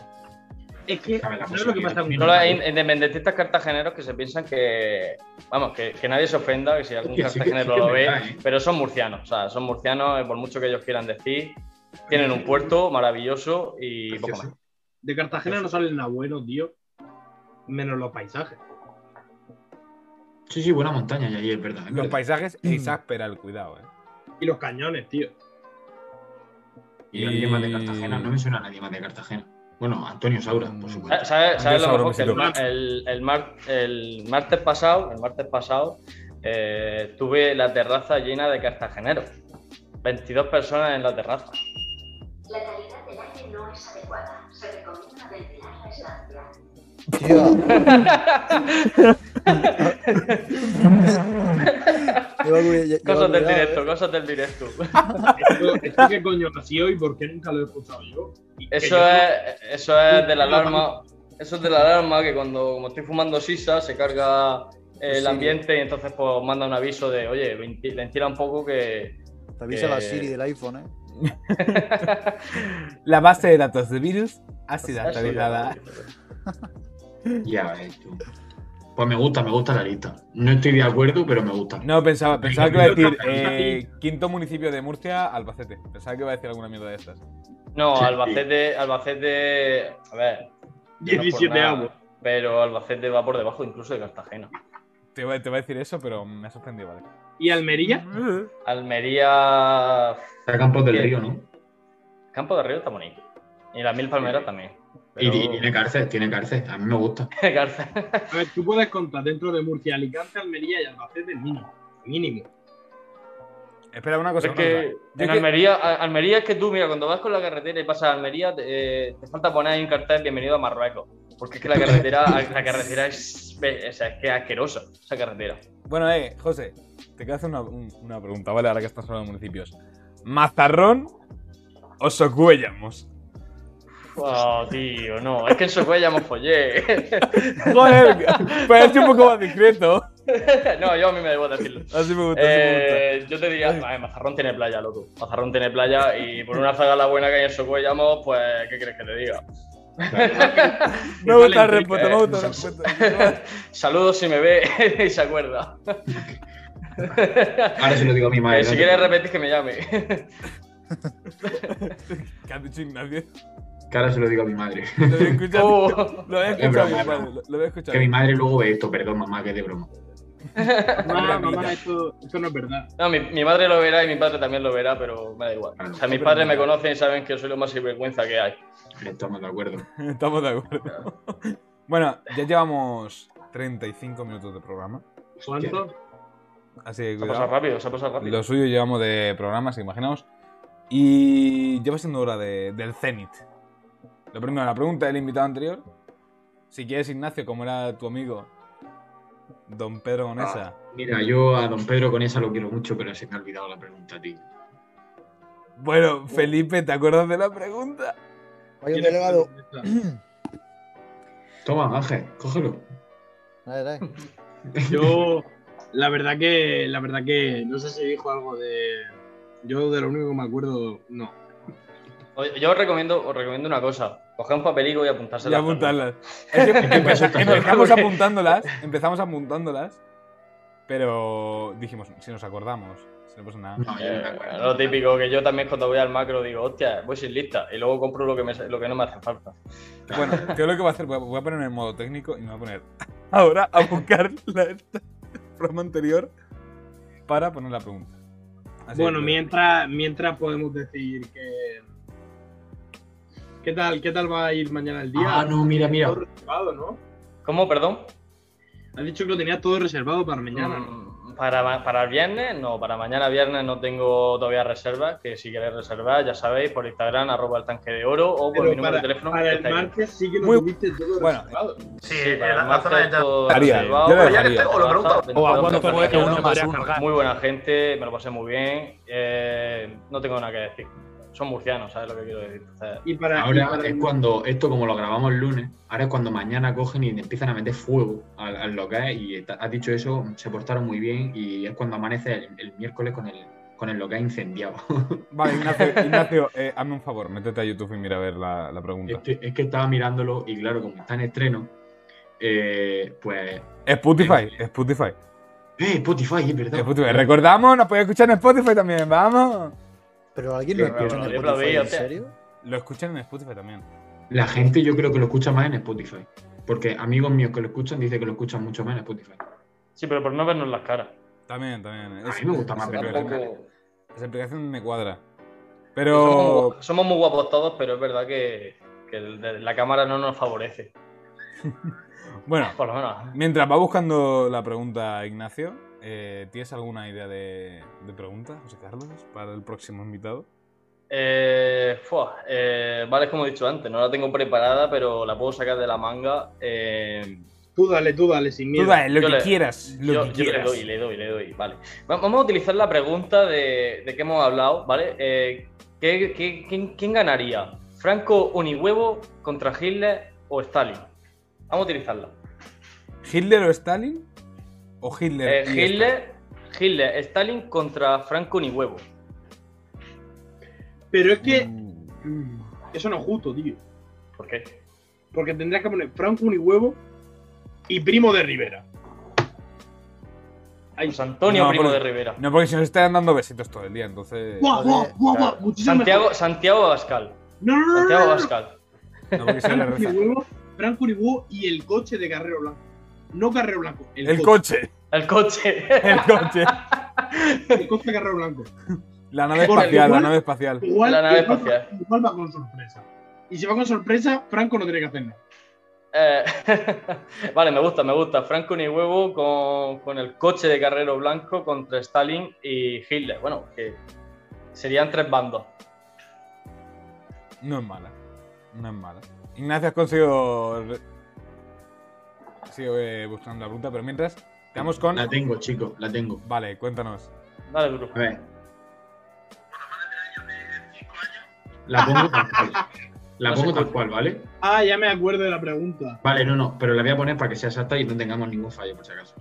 S3: Es que,
S4: Cabe la
S3: ¿sabes lo que
S4: posibilidad.
S3: pasa con
S5: No los in- independentistas cartageneros que se piensan que. Vamos, que, que nadie se ofenda, que si algún
S4: Hostia, sí que-
S5: cartagenero
S4: sí que
S5: lo
S4: es
S5: ve,
S4: verdad, ¿eh?
S5: pero son murcianos, o sea, son murcianos, eh, por mucho que ellos quieran decir. Tienen un puerto maravilloso y poco más.
S4: Precioso.
S3: De Cartagena no salen nada bueno, tío. Menos los paisajes.
S4: Sí, sí, buena montaña y ahí es verdad. es
S1: Los
S4: verdad.
S1: paisajes
S2: Mm.
S1: exasperan, cuidado, eh.
S3: Y los cañones, tío.
S4: Y nadie más de
S1: Y-
S4: Cartagena, no me suena a nadie más de Cartagena. Bueno, Antonio Saura, por
S5: ¿Sabes
S1: Ah,
S4: supuesto.
S5: sabes
S1: Yo
S5: lo
S1: sabré,
S5: mejor que el,
S1: mijito.
S5: ma- el- el mar- el martes pasado, el martes pasado, eh, tuve la terraza llena de cartageneros. 22 personas en la terraza.
S6: La calidad del aire no es adecuada. Se recomienda ventilar la estancia.
S2: Tío,
S5: Cosas del
S4: ¿eh?
S5: directo, cosas del directo.
S3: Esto, esto qué coño nació y por qué nunca lo he escuchado yo. Y que
S5: Eso
S3: yo-
S5: es, eso es de la alarma. Eso es de la alarma que cuando como estoy fumando sisa se carga eh, el
S2: Sí.
S5: ambiente y entonces pues manda un aviso de oye, venti- ventila un poco que.
S2: Te avisa la
S5: Eh,
S2: Siri del iPhone, ¿eh?
S1: La base de datos de virus ha sido
S5: Eso
S1: actualizada.
S4: Ya ves tú. Pues me gusta, me gusta la lista. No estoy de acuerdo, pero me gusta.
S1: No, pensaba, pensaba que iba a decir eh, quinto municipio de Murcia, Albacete. Pensaba que iba a decir alguna mierda de estas.
S5: No,
S4: Sí.
S5: Albacete, Albacete. A ver. yo no por
S3: 17
S5: nada,
S3: años.
S5: Pero Albacete va por debajo incluso de Cartagena.
S1: Te iba, te iba a decir eso, pero me ha sorprendido, vale.
S3: ¿Y Almería?
S5: Almería.
S4: Está Campos del Río, ¿no?
S5: Campo de Río está bonito. Y la Mil Palmeras también.
S4: Y,
S5: Pero-
S4: y tiene cárcel, tiene cárcel. A mí me gusta.
S5: Cárcel.
S3: A ver, tú puedes contar dentro de Murcia, Alicante, Almería y Albacete mínimo. Mínimo.
S1: Espera, una cosa.
S5: Es
S1: una
S5: que
S1: cosa. Yo
S5: en
S1: que-
S5: Almería, a- Almería es que tú, mira, cuando vas con la carretera y pasas a Almería, te, eh, te falta poner ahí un cartel bienvenido a Marruecos. Porque es que la carretera, la carretera es, o sea, es que es asquerosa, esa carretera.
S1: Bueno, eh, José, te quiero hacer una, un- una pregunta, ¿vale? Ahora que estás hablando de municipios. ¿Mazarrón o Socuellamos?
S5: Oh, tío, no, es que en Socuella hemos follé.
S1: Joder, parece Pues un poco más discreto.
S5: no, yo a mí me debo decirlo.
S1: Así me gusta, así me gusta.
S5: Eh, yo te diría, "Ah, Mazarrón tiene playa, loco. Mazarrón tiene playa y por una zaga la buena que hay en Socuellamos, pues, ¿qué crees que te diga?
S1: Me gusta el
S3: Enrique,
S1: respeto, me gusta el respeto.
S5: Saludos si me ve y se acuerda.
S4: Ahora se lo digo a mi madre.
S5: Eh, si
S4: no te
S5: quieres
S4: preocupes.
S5: repetir que me llame.
S1: ¿Qué has dicho Ignacio?
S4: Que ahora se lo digo a mi madre.
S1: Lo había escuchado.
S5: Oh.
S1: Lo había escuchado,
S4: broma,
S1: mi padre,
S4: broma.
S1: lo- Lo había escuchado.
S4: Que mi madre luego ve esto, perdón, mamá, que es de broma.
S3: Mamá, mamá, esto, esto no es verdad.
S5: No, mi, mi madre lo verá y mi padre también lo verá, pero me da igual. O sea, mis padres me conocen y saben que soy lo más sinvergüenza que hay.
S4: Estamos de acuerdo.
S1: Estamos de acuerdo. bueno, ya llevamos 35 minutos de programa.
S3: ¿Cuánto?
S1: Así que
S5: Se ha pasado
S1: cuidado.
S5: rápido, se ha pasado rápido.
S1: Lo suyo llevamos de programas, imaginaos. Y lleva siendo hora de- del Zenit. Lo primero, la pregunta del invitado anterior. Si quieres, Ignacio, como era tu amigo, don Pedro Gonesa.
S4: Mira, yo a don Pedro con esa lo quiero mucho, pero se me ha olvidado la pregunta, tío.
S1: Bueno, Felipe, ¿te acuerdas de la pregunta?
S2: Hay un delegado.
S4: Toma, Ángel, cógelo.
S2: A ver, a ver.
S3: Yo, la verdad que, la verdad que, no sé si dijo algo de. Yo de lo único que me acuerdo, no.
S5: Oye, Yo os recomiendo, os recomiendo una cosa. Coged un papelico y apuntárselo.
S1: Y apuntarlas. Es que empeza- empezamos apuntándolas, empezamos apuntándolas, pero dijimos, si nos acordamos, si no pasa nada.
S4: No, yo no me acuerdo.
S5: Eh, lo típico que yo también cuando voy al macro digo, hostia, voy sin lista y luego compro lo que, me- lo que no me hace falta.
S1: Bueno, yo lo que voy a hacer, voy a, voy a ponerme en modo técnico y me voy a poner ahora a buscar la esta- el programa anterior para poner la pregunta. Así
S3: bueno,
S1: que-
S3: mientras, mientras podemos decir que, ¿Qué tal, ¿Qué tal va a ir mañana el día?
S4: Ah, no, mira, mira.
S3: Todo reservado, ¿no?
S5: ¿Cómo, perdón?
S3: Has dicho que lo tenías todo reservado para mañana. ¿no?
S5: Mm, Para, ma- para el viernes, no, para mañana viernes no tengo todavía reservas, que si queréis reservar, ya sabéis, por Instagram, arroba el tanque de oro o por
S3: Pero
S5: mi número
S3: para,
S5: de teléfono.
S3: para
S5: que
S3: el
S5: está ahí.
S3: martes sí que lo
S1: Muy-
S3: tuviste todo
S1: bueno, eh,
S3: reservado.
S7: Sí,
S5: Sí,
S7: en
S5: para
S7: la,
S5: el
S7: la zona de
S5: martes
S7: entrada.
S5: todo
S1: Estaría,
S5: reservado.
S1: yo lo
S5: Pues ya
S1: dejaría.
S5: está,
S7: O lo pregunto.
S5: 22
S8: O a cuánto
S5: personas.
S8: fue que uno más
S5: Muy
S8: uno.
S5: Muy buena gente, me lo pasé muy bien. eh, no tengo nada que decir. Son murcianos, ¿sabes lo que quiero decir? O sea,
S3: Y para, y
S4: Ahora
S3: para
S4: es
S3: el-
S4: cuando, esto como lo grabamos el lunes, ahora es cuando mañana cogen y empiezan a meter fuego al, al local y está- has dicho eso, se portaron muy bien y es cuando amanece el, el miércoles con el, con el local incendiado.
S1: Vale, Ignacio, Ignacio eh, hazme un favor, métete a YouTube y mira a ver la, la pregunta.
S4: Este- es que estaba mirándolo y claro, como está en estreno, eh, pues...
S1: Spotify, Spotify.
S4: ¡Eh, Spotify! Es verdad.
S1: Spotify. Recordamos, nos podéis escuchar en Spotify también, vamos.
S2: Pero alguien lo
S1: Sí,
S2: escucha en
S5: pero yo lo
S2: Spotify,
S5: vi,
S2: ¿en
S5: hostia.
S2: serio?
S1: Lo escuchan en Spotify también.
S4: La gente yo creo que lo escucha más en Spotify. Porque amigos míos que lo escuchan dicen que lo escuchan mucho más en Spotify.
S5: sí, pero por no vernos las caras.
S1: También, también.
S4: A mí me gusta más
S1: esa
S4: verlo.
S1: explicación-
S5: Tampoco.
S1: Esa explicación me cuadra.
S5: Somos, muy
S1: Pero
S5: guapos- somos muy guapos todos, pero es verdad que, que el de- la cámara no nos favorece.
S1: bueno,
S5: Por lo menos.
S1: mientras va buscando la pregunta Ignacio, eh, ¿tienes alguna idea de, de pregunta, José Carlos, para el próximo invitado?
S5: Eh, fua, eh, vale, es como he dicho antes, no la tengo preparada, pero la puedo sacar de la manga. eh,
S3: Tú dale, tú dale, sin miedo.
S1: Tú dale, lo
S5: yo
S1: que
S5: le-
S1: quieras, lo
S5: yo,
S1: que
S5: yo le
S1: quieras.
S5: doy, le doy, le doy. Vale. Va- Vamos a utilizar la pregunta de, de que hemos hablado, ¿vale? Eh, ¿qué- qué- quién, quién ganaría? ¿Franco Unihuevo contra Hitler o Stalin? Vamos a utilizarla.
S1: ¿Hitler o Stalin? ¿O Hitler?
S5: Eh,
S1: y
S5: Hitler, Hitler, Stalin contra Franco Unihuevo.
S3: Pero es que
S1: Stalin?
S3: mm, eso no es justo, tío.
S5: ¿Por qué?
S3: Porque tendrías que poner Franco Unihuevo y Primo de Rivera. Ay,
S5: Pues Antonio
S1: No,
S5: Primo
S1: por-
S5: de Rivera.
S1: No, porque se nos están dando besitos todo el día, entonces.
S3: ¡Guau, guau, guau, guau!
S5: Claro.
S3: Muchísimo
S5: Santiago,
S3: mejor.
S5: Santiago Abascal.
S3: No, no, no, no,
S5: Santiago
S3: no, no, no.
S5: Abascal.
S1: No, porque se le
S3: Franco
S1: reza.
S3: Unihuevo, Franco Unihuevo y el coche de Carrero Blanco. No Carrero Blanco, el,
S1: El
S3: coche.
S1: coche,
S5: El coche.
S1: el coche.
S3: El coche de Carrero Blanco.
S1: La nave
S3: Porque
S1: espacial, la
S3: igual-
S1: nave espacial.
S3: Igual,
S5: La nave
S3: igual-
S5: espacial.
S3: igual va con sorpresa. Y si va con sorpresa, Franco no tiene que hacer nada.
S5: Eh, vale, me gusta, me gusta. Franco ni huevo con, con el coche de Carrero Blanco contra Stalin y Hitler. Bueno, que serían tres bandos.
S1: No es mala. No es mala. Ignacio, has conseguido. re- Sigo eh, buscando la pregunta, pero mientras, quedamos con.
S5: Ah.
S4: La tengo, chicos, la tengo.
S1: Vale, cuéntanos.
S5: Dale, Bruce.
S4: A ver. La pongo tal cual. La
S5: No se
S4: pongo tal
S5: escucha.
S4: cual, ¿vale?
S3: Ah, ya me acuerdo de la pregunta.
S4: Vale, no, no, pero la voy a poner para que sea exacta y no tengamos ningún fallo, por si acaso.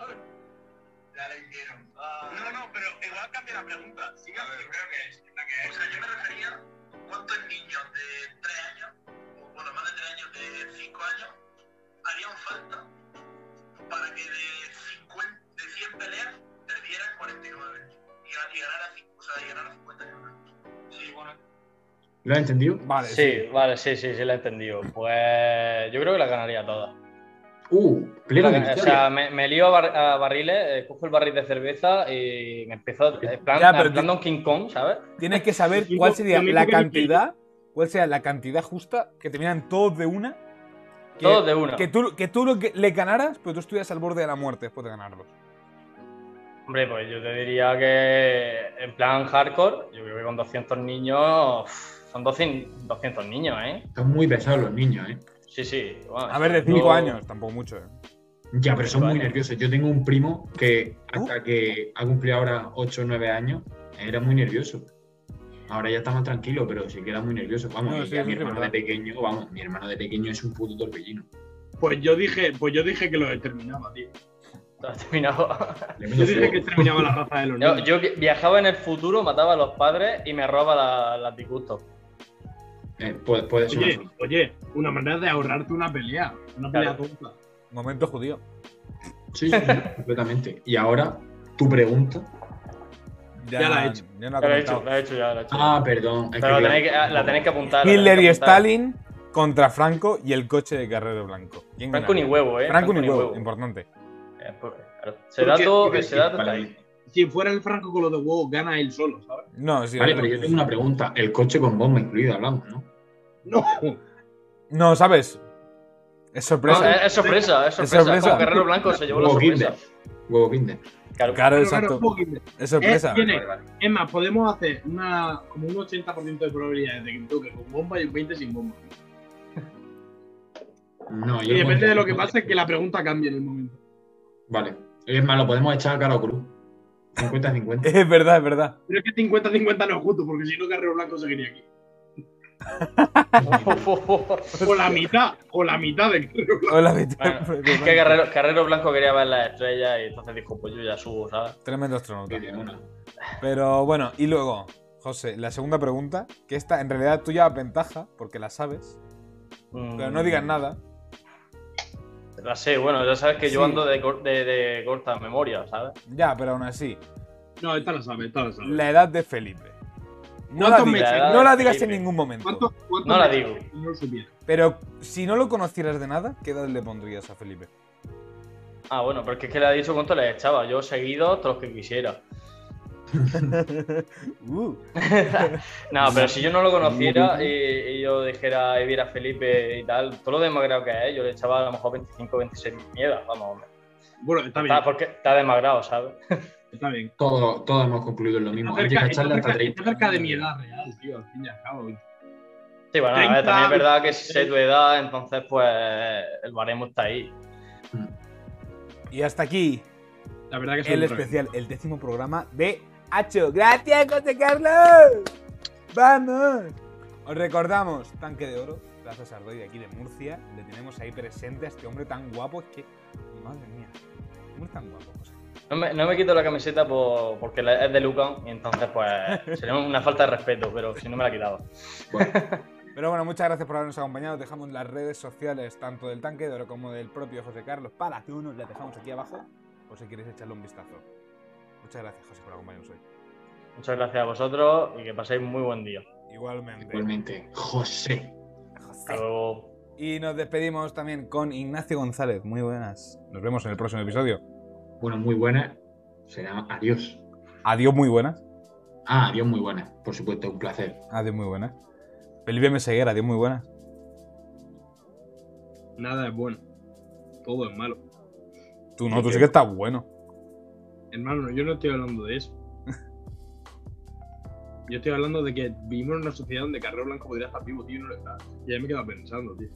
S9: Ya la hicieron. No, no, pero igual cambia la pregunta. Sí, yo creo que es la que O sea, yo me refería cuántos niños de 3 años, o bueno, más de 3 años, de 5 años, harían falta para que de, 50, de 100 peleas perdieran 49 y, gan- y ganara, cinco- o sea, y ganara 51. Sí, bueno.
S4: ¿Lo has entendido?
S1: Vale,
S5: Sí, vale, sí, sí, sí, la he entendido. Pues yo creo que la ganaría toda.
S4: Uh, pleno de
S5: O sea,
S4: victoria.
S5: me, me lío a, bar- a barriles, eh, cojo el barril de cerveza y me empiezo a. En plan,
S1: Ya,
S5: en
S1: pero
S5: plan
S1: ti-
S5: Don King Kong, ¿sabes?
S1: Tienes que saber
S3: Yo-
S1: cuál sería
S3: yo me
S1: la
S3: tengo que
S1: cantidad. ¿Cuál sea la cantidad justa que terminan todos de una? Que,
S5: Todos de una.
S1: Que tú, que tú lo que- le ganaras, pero tú estuvieras al borde de la muerte después de ganarlos.
S5: Hombre, pues yo te diría que en plan hardcore, yo creo que con 200 niños. uf, son 200, 200 niños, ¿eh?
S4: Están muy pesados los niños, ¿eh?
S5: Sí, sí. bueno,
S1: A ver, de
S5: yo-
S1: 5 años, tampoco mucho. eh.
S4: Ya, pero son muy
S5: Vale.
S4: nerviosos. Yo tengo un primo que
S1: Uh.
S4: hasta que ha cumplido ahora 8 o 9 años, era muy nervioso. Ahora ya está más tranquilo, pero sí que era muy nervioso. Vamos,
S1: No,
S4: y
S1: sí,
S4: a
S1: eso
S4: mi
S1: sí es
S4: hermano de
S1: verdad.
S4: pequeño, vamos, mi hermano de pequeño es un puto torbellino.
S3: Pues yo dije, pues yo dije que lo determinaba, tío.
S5: Lo has terminado.
S4: Le
S3: Yo
S4: meto
S3: dije
S4: fuego.
S3: que determinaba la raza de los
S5: Yo,
S3: niños.
S5: yo vi- viajaba en el futuro, mataba a los padres y me roba la- las disgustos.
S4: Eh, puede, puede ser una
S3: Oye,
S4: solución.
S3: oye, una manera de ahorrarte una pelea. Una pelea tonta.
S1: Momento judío.
S4: Sí, sí, sí, completamente. Y ahora, tu pregunta.
S3: Ya la he hecho.
S1: Ya la
S5: Ya
S1: he Ah,
S5: lo he
S1: comentado.
S5: hecho, lo he hecho ya, lo he hecho.
S4: Ah, perdón. es
S5: Pero
S4: que
S5: la tenéis, que,
S3: ah,
S5: ah,
S4: claro,
S5: la tenéis que apuntar. la
S1: Hitler y
S5: tenéis que apuntar.
S1: Stalin contra Franco y el coche de Carrero Blanco. ¿Quién
S5: Franco ni
S1: ganaría?
S5: huevo, eh.
S1: Franco ni huevo,
S5: Eh,
S1: importante.
S5: pues, claro. Ese
S3: Porque-
S5: dato,
S3: porque-
S5: ese dato
S4: vale.
S5: está ahí.
S3: si fuera el Franco con los de huevos, gana él solo, ¿sabes?
S1: No, sí.
S4: Vale,
S1: no,
S4: pero yo tengo una pregunta. El coche con bomba incluida, hablamos, ¿no?
S3: No.
S1: No, ¿sabes? Es sorpresa.
S5: No, eh, es, es sorpresa, es sorpresa.
S1: sorpresa.
S5: Como Guerrero Blanco se llevó la
S4: Huevo
S5: sorpresa.
S4: Kinder. Huevo Kinder.
S5: Claro.
S1: Claro,
S3: Pero
S1: exacto.
S3: claro, Hawking,
S1: Es sorpresa.
S3: Eh, tiene- Es más, podemos hacer una, como un 80% de probabilidades de que toque con bomba y un 20% sin bomba.
S4: No,
S3: Y
S4: yo
S3: depende
S4: encuentro-
S3: de lo que pase, que la pregunta cambie en el momento.
S4: Vale. Es más, lo podemos echar a cara o cruz. 50-50.
S1: Es verdad, es verdad.
S3: Pero es que 50-50 no es justo, porque si no, Carrero Blanco seguiría aquí. O la mitad, o la mitad del Carrero Blanco.
S1: Hola, Vito.
S5: Bueno, es que Guerrero, Guerrero Blanco quería ver las estrellas y entonces dijo, pues yo ya subo, ¿sabes?
S1: Tremendo astronauta.
S4: Sí, una.
S1: Pero bueno, y luego, José, la segunda pregunta, que esta en realidad tú ya ventaja, porque la sabes, pero no digas nada.
S5: La sé, bueno, ya sabes que yo
S1: Sí.
S5: ando de, cor- de- de corta memoria, ¿sabes?
S1: Ya, pero aún así,
S3: No, esta la sabe, esta la sabe.
S1: la edad de Felipe. No la
S3: ¿Cuántos
S1: digas,
S5: meses?
S1: no la digas en
S5: Felipe.
S1: ningún momento.
S3: ¿Cuánto, cuánto
S5: No la
S3: me-
S5: digo.
S3: No lo supiera.
S1: Pero si no lo conocieras de nada, ¿qué edad le pondrías a Felipe?
S5: Ah, bueno, pero es que es que le ha dicho cuánto le echaba. Yo seguido todos los que quisiera.
S1: Uh,
S5: No, pero si yo no lo conociera y, y yo dijera y viera a Felipe y tal, todo lo desmagrado que es, yo le echaba a lo mejor 25, 26 mierdas, vamos, hombre.
S3: Bueno, está bien,
S5: Está, porque está desmagrado, ¿sabes?
S3: está bien.
S4: Todos, todos hemos concluido en lo mismo.
S3: Está
S4: Hay que
S3: cerca, está
S4: cacharle hasta
S3: cerca- está
S4: 30.
S3: cerca de mi edad real, tío, al fin y al cabo.
S5: Sí, bueno, a ver,
S3: 30,
S5: también es verdad que si sé tu edad, entonces pues el baremo está ahí.
S1: y hasta aquí
S3: La verdad que soy
S1: el
S3: un crack.
S1: especial, el décimo programa de Hacho. ¡Gracias, José Carlos! ¡Vamos! Os recordamos, Tanque de Oro, Plaza Sardoy de aquí de Murcia. Le tenemos ahí presente a este hombre tan guapo. Es que, madre mía, ¿cómo es tan guapo, José?
S5: No me, no me quito la camiseta por- porque la- es de Lucan y entonces pues sería una falta de respeto, pero si no me la quitaba.
S1: Pero bueno, muchas gracias por habernos acompañado. Dejamos las redes sociales, tanto del Tanque de Oro como del propio José Carlos, para que uno las dejamos aquí abajo, por si queréis echarle un vistazo. Muchas gracias, José, por acompañarnos hoy.
S5: Muchas gracias a vosotros y que paséis muy buen día.
S1: Igualmente.
S4: Igualmente. José.
S5: Hasta luego.
S1: Y nos despedimos también con Ignacio González. Muy buenas. Nos vemos en el próximo episodio.
S4: Bueno, muy buena. Será adiós.
S1: Adiós, muy buenas.
S4: Ah, adiós, muy buena. Por supuesto, un placer.
S1: Adiós, muy buenas. Felipe Meseguer, adiós, muy buenas.
S3: Nada es bueno. Todo es malo.
S1: Tú no, tú sí que estás bueno.
S3: Hermano, yo no estoy hablando de eso. Yo estoy hablando de que vivimos en una sociedad donde Carrero Blanco podría estar vivo, tío, y no lo está. Y ahí me quedo pensando, tío.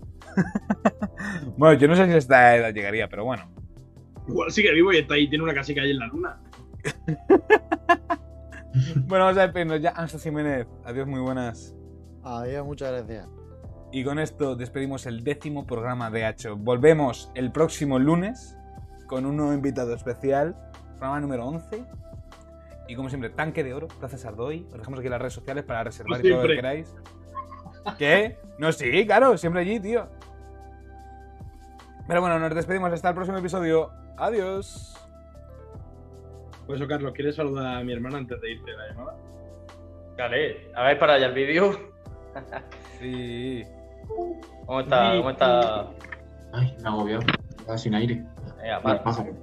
S1: Bueno, yo no sé si a esta edad llegaría, pero bueno.
S3: Igual sigue vivo y está ahí, tiene una casica ahí en la luna.
S1: Bueno, vamos a despedirnos ya. Ángel Jiménez, adiós, muy buenas.
S2: Adiós, Ah, muchas gracias.
S1: Y con esto despedimos el décimo programa de Hacho. Volvemos el próximo lunes con un nuevo invitado especial, programa número 11. Y como siempre, tanque de oro, Plaza Sardoy. Os dejamos aquí las redes sociales para reservar
S3: No
S1: y todo lo que
S3: siempre.
S1: queráis. ¿Qué? No, sí, claro, siempre allí, tío. Pero bueno, nos despedimos hasta el próximo episodio. Adiós.
S3: Por eso, Carlos, Pues, ¿quieres saludar a mi hermana antes de irte de la llamada?
S5: Dale, a ver para allá el vídeo.
S1: Sí.
S5: ¿Cómo está? ¿Cómo está?
S4: Ay, me ha agobiado. Estaba sin aire.
S5: Venga,
S4: Vale,
S5: para.
S4: pájaro.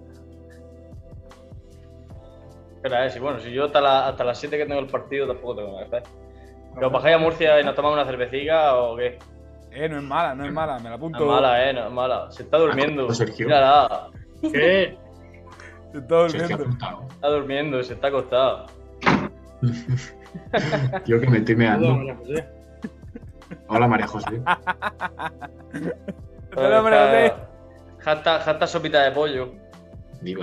S5: Espera, eh, si, bueno, si yo hasta, la- hasta las 7 que tengo el partido tampoco tengo nada que hacer. ¿Que os bajáis a Murcia y nos tomamos una cervecilla o qué?
S1: Eh, no es mala, no es mala, me la
S5: No
S1: apunto.
S5: es mala, eh, no es mala. Se está durmiendo.
S4: Ah, Sergio.
S5: Mírala,
S3: ¿Qué?
S1: Te está
S4: Sergio
S1: durmiendo.
S4: apuntado.
S5: está durmiendo, se está acostado.
S4: Yo que me estoy
S3: Saluda a
S4: meando.
S3: María José.
S4: Hola, María José.
S1: Te lo eh.
S5: Está- Jata, jata sopita de pollo.
S4: Digo,